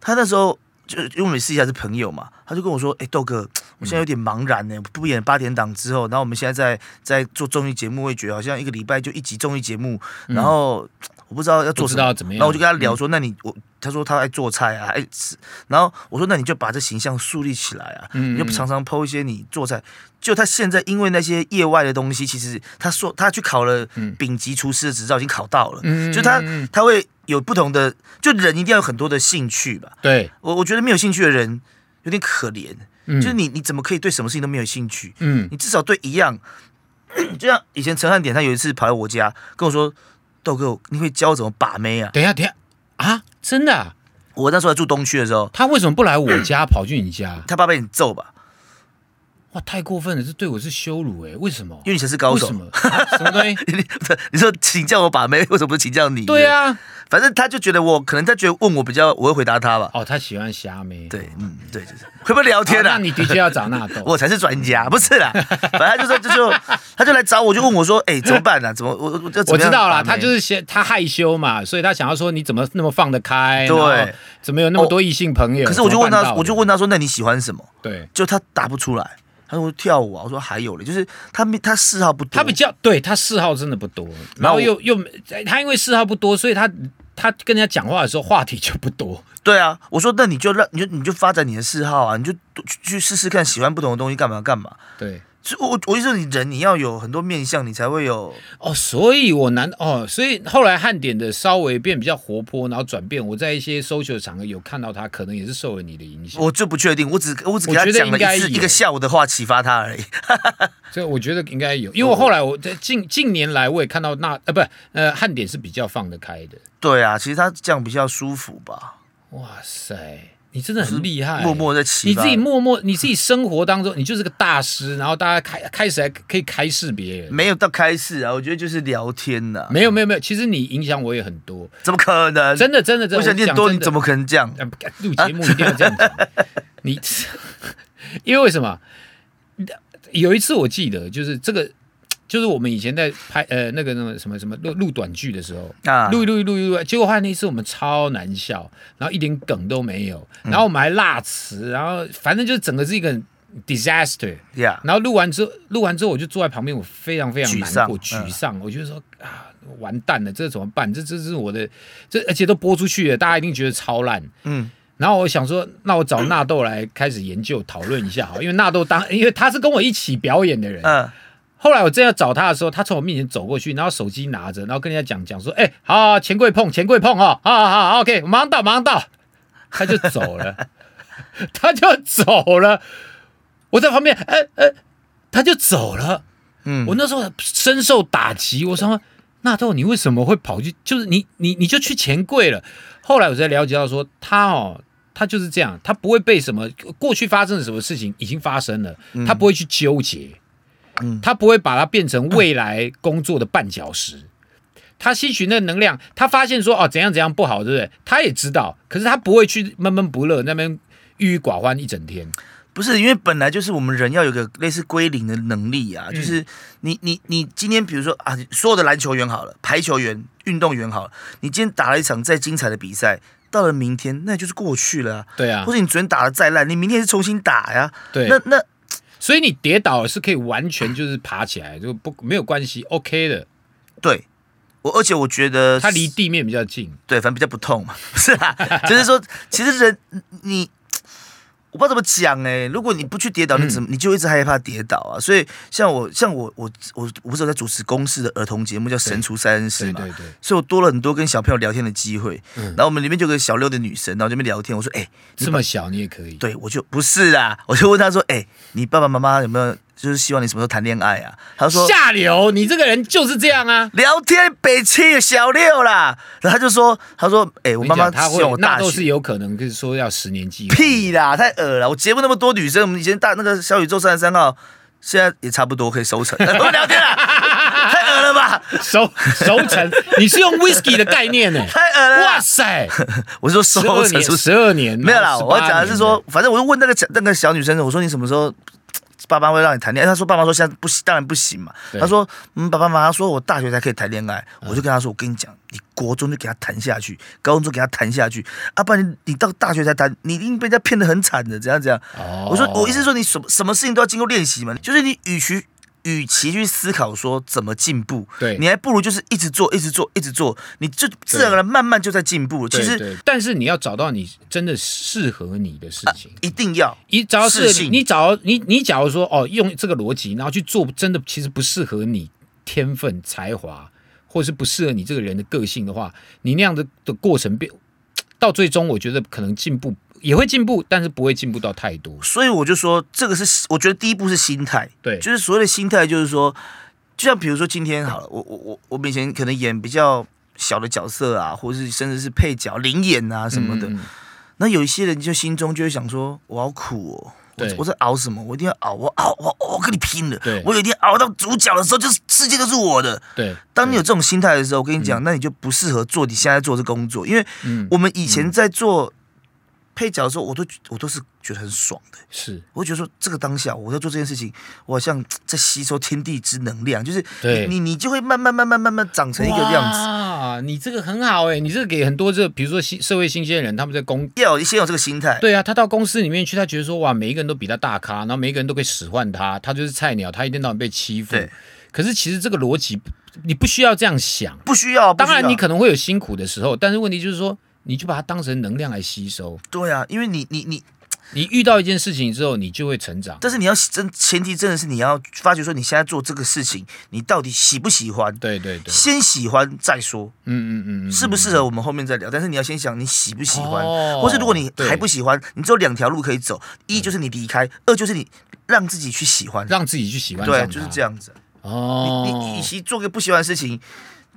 Speaker 2: 他那时候就因为我们私底下是朋友嘛，他就跟我说：“哎、豆哥，我
Speaker 1: 嗯
Speaker 2: 现在有点茫然呢、不演八点档之后，然后我们现在在在做综艺节目，会觉得好像一个礼拜就一集综艺节目，然后我不知道要
Speaker 1: 嗯
Speaker 2: 做
Speaker 1: 不
Speaker 2: 什
Speaker 1: 知
Speaker 2: 么。”
Speaker 1: 道怎么样。嗯
Speaker 2: 然后我就跟他聊说：“那你我。”他说他爱做菜啊，爱吃。然后我说：“那你就把这形象树立起来啊，
Speaker 1: 嗯
Speaker 2: 你就常常剖一些你做菜。”就他现在因为那些业外的东西，其实他说他去考了丙级厨师的执照，已经考到了。
Speaker 1: 嗯
Speaker 2: 就他
Speaker 1: 嗯嗯
Speaker 2: 他会有不同的，就人一定要有很多的兴趣吧。
Speaker 1: 对，
Speaker 2: 我我觉得没有兴趣的人有点可怜，
Speaker 1: 嗯
Speaker 2: 就是你你怎么可以对什么事情都没有兴趣？
Speaker 1: 嗯
Speaker 2: 你至少对一样， [COUGHS] 就像以前陈汉典他有一次跑来我家跟我说：“豆哥，你会教我怎么把妹啊
Speaker 1: 等一下，等一下啊，真的、啊，？”
Speaker 2: 我那时候还住东区的时候，
Speaker 1: 他为什么不来我家，跑去你家？ [CLEARS THROAT]
Speaker 2: 他爸被你揍吧，
Speaker 1: 哇，太过分了，这对我是羞辱哎、为什么
Speaker 2: 因？为你才是高
Speaker 1: 为
Speaker 2: 手
Speaker 1: 什。么、啊什么东西？
Speaker 2: [LAUGHS] 你你说请教我把妹，为什么不是请教你？
Speaker 1: 对，
Speaker 2: [LAUGHS]
Speaker 1: 啊，
Speaker 2: 反正他就觉得我可能他觉得问我比较，我会回答他吧。
Speaker 1: 哦，他喜欢虾妹。
Speaker 2: 对，嗯，对，就是会不会聊天
Speaker 1: 好
Speaker 2: 啊
Speaker 1: 那？你的确要找纳
Speaker 2: [LAUGHS]
Speaker 1: 豆。
Speaker 2: 我才是专家，不是啦。反正他就说，就就他就来找我，就问我说：“哎、怎么办呢、啊？怎么我我我
Speaker 1: 我知道啦，
Speaker 2: 了，
Speaker 1: 他就是嫌他害羞嘛，所以他想要说你怎么那么放得开，
Speaker 2: 对哦
Speaker 1: 然后怎么有那么多异性朋友？
Speaker 2: 可是我就问
Speaker 1: 怎么办
Speaker 2: 他，
Speaker 1: 到的
Speaker 2: 我就问他说：“那你喜欢什么
Speaker 1: 对？”
Speaker 2: 就他答不出来。他说跳舞啊，我说还有嘞，就是他没他嗜好不多，
Speaker 1: 他比较对他嗜好真的不多，然后又又他因为嗜好不多，所以他他跟人家讲话的时候话题就不多。 [LAUGHS]
Speaker 2: 对啊。我说那你就让你就你就发展你的嗜好啊，你就多去去试试看，喜欢不同的东西干嘛干嘛。
Speaker 1: 对
Speaker 2: 所以我我我意思是你人你要有很多面相，你才会有
Speaker 1: 哦，所以我难哦，所以后来汉典的稍微变比较活泼，然后转变，我在一些 social 场合有看到他，可能也是受了你的影响，
Speaker 2: 我就不确定，我只我只给他
Speaker 1: 我觉得
Speaker 2: 讲了
Speaker 1: 应该
Speaker 2: 一次
Speaker 1: 有
Speaker 2: 一个下午的话启发他而已。
Speaker 1: 所以我觉得应该有，因为我后来我在近近年来我也看到那呃不呃汉典是比较放得开的，
Speaker 2: 对啊，其实他这样比较舒服吧，
Speaker 1: 哇塞，你真的很厉害，
Speaker 2: 默默在
Speaker 1: 哎
Speaker 2: 启
Speaker 1: 你
Speaker 2: 发
Speaker 1: 自己默默，你自己生活当中，你就是个大师，然后大家开开始还可以开示别人。
Speaker 2: 没有到开始啊，我觉得就是聊天呐、
Speaker 1: 没有没有没有，其实你影响我也很多，
Speaker 2: 怎么可能？
Speaker 1: 真的真的真的。
Speaker 2: 嗯我想念
Speaker 1: 讲
Speaker 2: 多，
Speaker 1: 真
Speaker 2: 你
Speaker 1: 的
Speaker 2: 怎么可能这样？
Speaker 1: 呃不录节目一定要这样讲？你 [LAUGHS] 因为为什么？有一次我记得，就是这个，就是我们以前在拍呃那个那个什么什么录录短剧的时候，
Speaker 2: 啊，
Speaker 1: 录一录一录一录，结果后来那一次我们超难笑，然后一点梗都没有，
Speaker 2: 嗯
Speaker 1: 然后我们还辣词，然后反正就是整个是一个 disaster。
Speaker 2: 呀，
Speaker 1: 然后录完之后，录完之后我就坐在旁边，我非常非常难过、
Speaker 2: 沮丧嗯
Speaker 1: 沮丧。我就说啊，完蛋了，这怎么办？这这是我的，这而且都播出去了，大家一定觉得超烂。
Speaker 2: 嗯，
Speaker 1: 然后我想说，那我找纳豆来开始研究讨论一下好，因为纳豆当，因为他是跟我一起表演的人。
Speaker 2: 嗯，
Speaker 1: 后来我正要找他的时候，他从我面前走过去，然后手机拿着，然后跟人家讲讲说：“哎、好好，好钱柜碰，钱柜碰哦，好好好好，OK，我马上到，马上到。”他就走了，他就走了。我在旁边，哎、哎、他就走了。
Speaker 2: 嗯
Speaker 1: 我那时候深受打击，我说：“纳豆，你为什么会跑去？就是你你你就去钱柜了。”后来我才了解到说，他哦。他就是这样，他不会被什么过去发生的什么事情已经发生了，他不会去纠结。他不会把它变成未来工作的绊脚石。他吸取那能量，他发现说哦怎样怎样不好，对不对？他也知道，可是他不会去闷闷不乐那边郁郁寡欢一整天。
Speaker 2: 不是，因为本来就是我们人要有个类似归零的能力
Speaker 1: 嗯
Speaker 2: 啊，就是你你你今天比如说啊，所有的篮球员好了，排球员、运动员好了，你今天打了一场再精彩的比赛，到了明天那就是过去了、啊，
Speaker 1: 对啊
Speaker 2: 或，者你昨天打的再烂，你明天也是重新打呀、
Speaker 1: 对
Speaker 2: 那。那
Speaker 1: 所以你跌倒是可以完全就是爬起来，就不没有关系，OK 的。
Speaker 2: 对，我而且我觉得
Speaker 1: 它离地面比较近，
Speaker 2: 对，反正比较不痛嘛， [LAUGHS] 不是啊，就是说，其实人你。我不知道怎么讲哎、如果你不去跌倒，你怎
Speaker 1: 嗯
Speaker 2: 么、你就一直害怕跌倒啊？所以像我，像我，我我我不是有在主持公视的儿童节目叫《神厨三人事》
Speaker 1: 对
Speaker 2: 嘛
Speaker 1: 对，对，
Speaker 2: 所以我多了很多跟小朋友聊天的机会。
Speaker 1: 嗯
Speaker 2: 然后我们里面就有个小六的女生，然后这边聊天，我说哎、
Speaker 1: 这么小你也可以。
Speaker 2: 对，我就不是啊，我就问她说哎、你爸爸妈妈有没有就是希望你什么时候谈恋爱啊？她说
Speaker 1: 下流，你这个人就是这样啊！
Speaker 2: 聊天北七小六啦，然后她就说她说哎、我
Speaker 1: 我
Speaker 2: 妈妈
Speaker 1: 他
Speaker 2: 希望我
Speaker 1: 会纳
Speaker 2: 大
Speaker 1: 豆
Speaker 2: 学
Speaker 1: 是有可能，就是说要十年计划。
Speaker 2: 屁啦，太恶了！我节目那么多女生，我们以前大那个小宇宙三十三号，现在也差不多可以收成。我们聊天啦，太恶了吧，
Speaker 1: 熟熟成，你是用 whisky 的概念
Speaker 2: [LAUGHS]
Speaker 1: 呢、
Speaker 2: 太恶了
Speaker 1: 哇
Speaker 2: 啦！ [LAUGHS]
Speaker 1: 塞，
Speaker 2: 哎我说
Speaker 1: 十
Speaker 2: 收
Speaker 1: 二
Speaker 2: 成
Speaker 1: 年，
Speaker 2: 是不是？
Speaker 1: 十二年
Speaker 2: 没有啦，
Speaker 1: 然后
Speaker 2: 我
Speaker 1: 18
Speaker 2: 讲的是
Speaker 1: 年
Speaker 2: 说，反正我就问那个小那个小女生，我说你什么时候爸妈会让你谈恋爱。他说爸妈说现在不行，当然不行嘛。
Speaker 1: 对
Speaker 2: 他说嗯，爸爸妈妈说我大学才可以谈恋爱，我就跟他说，我跟你讲，你国中就给他谈下去，高中就给他谈下去，啊，不然你你到大学才谈，你一定被人家骗得很惨的，怎样怎样。
Speaker 1: 哦
Speaker 2: 我说我意思是说你什么什么事情都要经过练习嘛，就是你与其与其去思考说怎么进步，
Speaker 1: 对
Speaker 2: 你还不如就是一直做，一直做，一直做，你就自然而然慢慢就在进步了。其
Speaker 1: 对
Speaker 2: 实
Speaker 1: 对但是你要找到你真的适合你的
Speaker 2: 啊
Speaker 1: 事情。
Speaker 2: 一定要
Speaker 1: 你找到适合
Speaker 2: 适
Speaker 1: 你，
Speaker 2: 性
Speaker 1: 你找到你你假如说哦，用这个逻辑，然后去做真的其实不适合你天分、才华，或是不适合你这个人的个性的话，你那样的的过程变到最终，我觉得可能进步也会进步，但是不会进步到太多。
Speaker 2: 所以我就说，这个是我觉得第一步是心态，
Speaker 1: 对
Speaker 2: 就是所谓的心态，就是说，就像比如说今天好了，我我我我们以前可能演比较小的角色啊，或是甚至是配角、灵演啊什么的，
Speaker 1: 嗯嗯嗯
Speaker 2: 那有一些人就心中就会想说，我好苦哦。我
Speaker 1: 对
Speaker 2: 我在熬什么？我一定要熬，我熬，我我跟你拼了
Speaker 1: 对！
Speaker 2: 我有一天熬到主角的时候，就是世界都是我的。
Speaker 1: 对，
Speaker 2: 当你有这种心态的时候，我跟你讲，那你就不适合做你现在做这工作，因为
Speaker 1: 嗯
Speaker 2: 我们以前在做配角的时候，我都我都是觉得很爽的。
Speaker 1: 是
Speaker 2: 我会觉得说，这个当下我在做这件事情，我好像在吸收天地之能量，就是
Speaker 1: 对
Speaker 2: 你你你就会慢慢慢慢慢慢长成一个样子。
Speaker 1: 啊，你这个很好哎、你这个给很多这比如说新社会新鲜人，他们在工
Speaker 2: 要有先有这个心态，
Speaker 1: 对啊，他到公司里面去，他觉得说哇，每一个人都比他大咖，然后每一个人都可以使唤他，他就是菜鸟，他一天到晚被欺负
Speaker 2: 对。
Speaker 1: 可是其实这个逻辑，你不需要这样想。
Speaker 2: 不需要。不
Speaker 1: 当
Speaker 2: 需
Speaker 1: 然，
Speaker 2: 要
Speaker 1: 你可能会有辛苦的时候，但是问题就是说，你就把它当成能量来吸收。
Speaker 2: 对啊，因为你你你，
Speaker 1: 你遇到一件事情之后，你就会成长。
Speaker 2: 但是你要真前提真的是你要发觉说你现在做这个事情，你到底喜不喜欢？
Speaker 1: 对对对，
Speaker 2: 先喜欢再说，
Speaker 1: 嗯嗯嗯嗯，
Speaker 2: 适不适合我们后面再聊。但是你要先想你喜不喜欢，
Speaker 1: 哦
Speaker 2: 或是如果你
Speaker 1: 对嗯
Speaker 2: 还不喜欢，你只有两条路可以走：一就是你离开，二就是你让自己去喜欢。
Speaker 1: 让自己去喜欢啊上
Speaker 2: 对，
Speaker 1: 它
Speaker 2: 啊就是这。样子。
Speaker 1: 哦，
Speaker 2: 你你与其做个不喜欢的事情，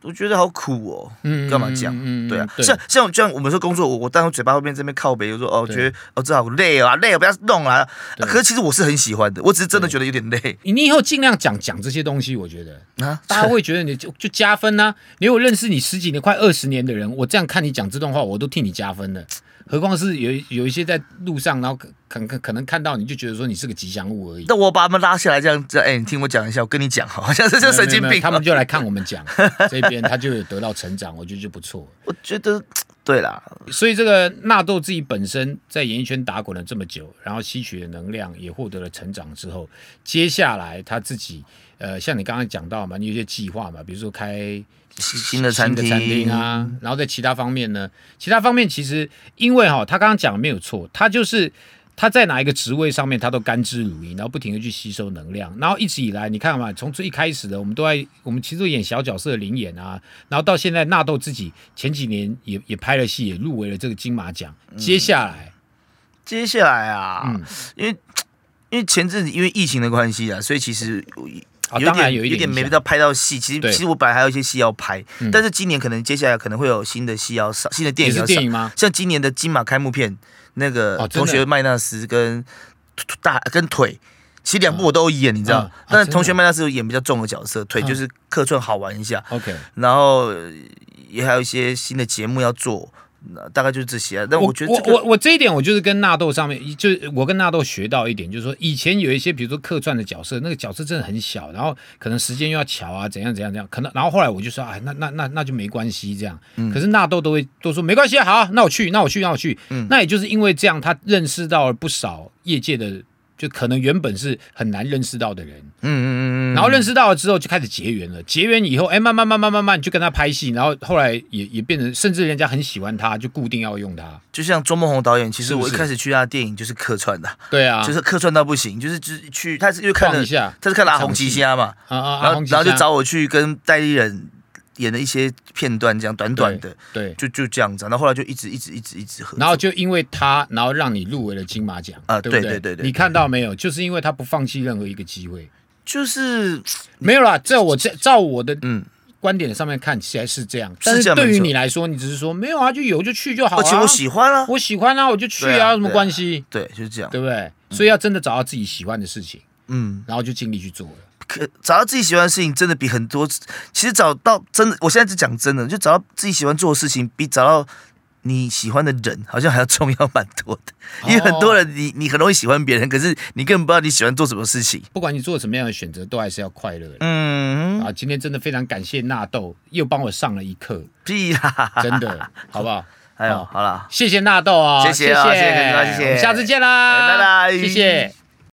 Speaker 2: 我觉得好苦哦。
Speaker 1: 嗯
Speaker 2: 干嘛讲
Speaker 1: 嗯嗯嗯
Speaker 2: 对啊，
Speaker 1: 对
Speaker 2: 像像像我们说工作，我我当然嘴巴后面这边靠北，就说哦，
Speaker 1: 对
Speaker 2: 觉得哦这好累啊，累啊，不要弄啊。
Speaker 1: 对
Speaker 2: 啊可是其实我是很喜欢的，我只是真的觉得有点累
Speaker 1: 你以后尽量讲讲这些东西，我觉得。
Speaker 2: 啊。
Speaker 1: 大家会觉得你就就加分呐、你有认识你十几年、快二十年的人，我这样看你讲这段话，我都替你加分了。何况是有有一些在路上，然后可可可可能看到你就觉得说你是个吉祥物而已。
Speaker 2: 那我把他们拉下来，这样这样，哎，你听我讲一下，我跟你讲，好像是这神
Speaker 1: 没
Speaker 2: 经
Speaker 1: 有没有
Speaker 2: 病。
Speaker 1: 他们就来看我们
Speaker 2: [LAUGHS]
Speaker 1: 讲这边，他就有得到成长，我觉得就不错。
Speaker 2: 我觉得对啦，
Speaker 1: 所以这个纳豆自己本身在演艺圈打滚了这么久，然后吸取了能量，也获得了成长之后，接下来他自己呃，像你刚刚讲到嘛，你有一些计划嘛，比如说开
Speaker 2: 新的餐厅
Speaker 1: 新的餐厅啊，然后在其他方面呢，其他方面其实因为哈、他刚刚讲的没有错，他就是。他在哪一个职位上面，他都甘之如饴，然后不停的去吸收能量，然后一直以来，你看嘛，从最一开始的我们都在，我们其实都演小角色的灵演啊，然后到现在纳豆自己前几年也也拍了戏，也入围了这个金马奖，接下
Speaker 2: 嗯
Speaker 1: 来，
Speaker 2: 接下来啊
Speaker 1: 嗯，
Speaker 2: 因为因为前阵子因为疫情的关系啊，所以其实
Speaker 1: 啊，
Speaker 2: 有
Speaker 1: 当然有
Speaker 2: 哦有
Speaker 1: 一
Speaker 2: 点
Speaker 1: 影
Speaker 2: 没
Speaker 1: 响
Speaker 2: 到拍到戏，其实
Speaker 1: 对
Speaker 2: 其实我本来还有一些戏要拍，
Speaker 1: 嗯
Speaker 2: 但是今年可能接下来可能会有新的戏要上，新的电
Speaker 1: 也
Speaker 2: 影
Speaker 1: 是
Speaker 2: 要
Speaker 1: 电
Speaker 2: 上，
Speaker 1: 影吗？
Speaker 2: 像今年的金马开幕片那
Speaker 1: 哦
Speaker 2: 个
Speaker 1: 真的
Speaker 2: 同学麦纳斯跟大跟腿。其实两部我都有演，你知
Speaker 1: 嗯
Speaker 2: 道
Speaker 1: 啊，
Speaker 2: 但
Speaker 1: 真
Speaker 2: 是
Speaker 1: 的
Speaker 2: 同学麦纳斯有演比较重的角色，腿
Speaker 1: 嗯
Speaker 2: 就是客串好玩一下，
Speaker 1: OK，
Speaker 2: 然后呃也还有一些新的节目要做，那大概就是这些啊。但我觉得
Speaker 1: 我
Speaker 2: 这
Speaker 1: 我
Speaker 2: 个
Speaker 1: 我这一点，我就是跟纳豆上面，就是我跟纳豆学到一点，就是说以前有一些，比如说客串的角色，那个角色真的很小，然后可能时间又要巧啊，怎样怎样怎样，可能然后后来我就说，哎，那那那那就没关系这样。
Speaker 2: 嗯
Speaker 1: 可是纳豆都会都说没关系啊，好啊，那我去，那我去，那我去。
Speaker 2: 嗯
Speaker 1: 那也就是因为这样，他认识到了不少业界的，就可能原本是很难认识到的人。
Speaker 2: 嗯嗯嗯嗯，
Speaker 1: 然后认识到了之后就开始结缘了，结缘以后，哎，慢慢慢慢慢慢你就跟他拍戏，然后后来也也变成，甚至人家很喜欢他，就固定要用他。
Speaker 2: 就像周梦红导演，其
Speaker 1: 是
Speaker 2: 实
Speaker 1: 不
Speaker 2: 我一
Speaker 1: 是
Speaker 2: 开始去他的电影就是客串的，
Speaker 1: 对啊，
Speaker 2: 就是客串到不行，就是就是去他是因为看
Speaker 1: 晃
Speaker 2: 了
Speaker 1: 一下
Speaker 2: 他是看了《阿红奇虾》嘛，
Speaker 1: 啊啊，
Speaker 2: 然
Speaker 1: 阿
Speaker 2: 后
Speaker 1: 红旗
Speaker 2: 然后就
Speaker 1: 下
Speaker 2: 找我去跟代理人演了一些片段，这样短短的，
Speaker 1: 对，
Speaker 2: 就就这样子啊。然后后来就一直一直一直一直合作，
Speaker 1: 然后就因为他，然后让你入围了金马奖
Speaker 2: 啊
Speaker 1: 对不
Speaker 2: 对对对对
Speaker 1: 你看到没有？就是因为他不放弃任何一个机会，
Speaker 2: 就是
Speaker 1: 没有啦。照我这照我的
Speaker 2: 嗯，
Speaker 1: 观点上面看起来是这样，
Speaker 2: 是
Speaker 1: 但
Speaker 2: 这
Speaker 1: 是
Speaker 2: 样没
Speaker 1: 对于
Speaker 2: 错
Speaker 1: 你来说，你只是说没有啊，就有就去就好啊。
Speaker 2: 而且我喜欢啊，
Speaker 1: 我喜欢啊，我就去
Speaker 2: 对
Speaker 1: 啊，
Speaker 2: 啊嗯
Speaker 1: 有什么关系？
Speaker 2: 对，就是这样，
Speaker 1: 对不对？所以要真的找到自己喜欢的事情，
Speaker 2: 嗯，
Speaker 1: 然后就尽力去做了。
Speaker 2: 可找到自己喜欢的事情真的比很多，其实找到真的，我现在只讲真的，就找到自己喜欢做的事情，比找到你喜欢的人好像还要重要蛮多的，因为很多人你你很容易喜欢别人，可是你根本不知道你喜欢做什么事情。
Speaker 1: 不管你做什么样的选择，都还是要快乐的。
Speaker 2: 嗯，
Speaker 1: 啊，今天真的非常感谢纳豆，又帮我上了一课，
Speaker 2: 屁啦！
Speaker 1: 真
Speaker 2: [LAUGHS]
Speaker 1: 的，好不好？
Speaker 2: 哎呦，
Speaker 1: 好
Speaker 2: 好啦，
Speaker 1: 谢谢纳豆啊，
Speaker 2: 谢谢啊
Speaker 1: 谢
Speaker 2: 谢谢各位谢谢
Speaker 1: 我们下次见啦，
Speaker 2: 哎拜拜
Speaker 1: 谢谢。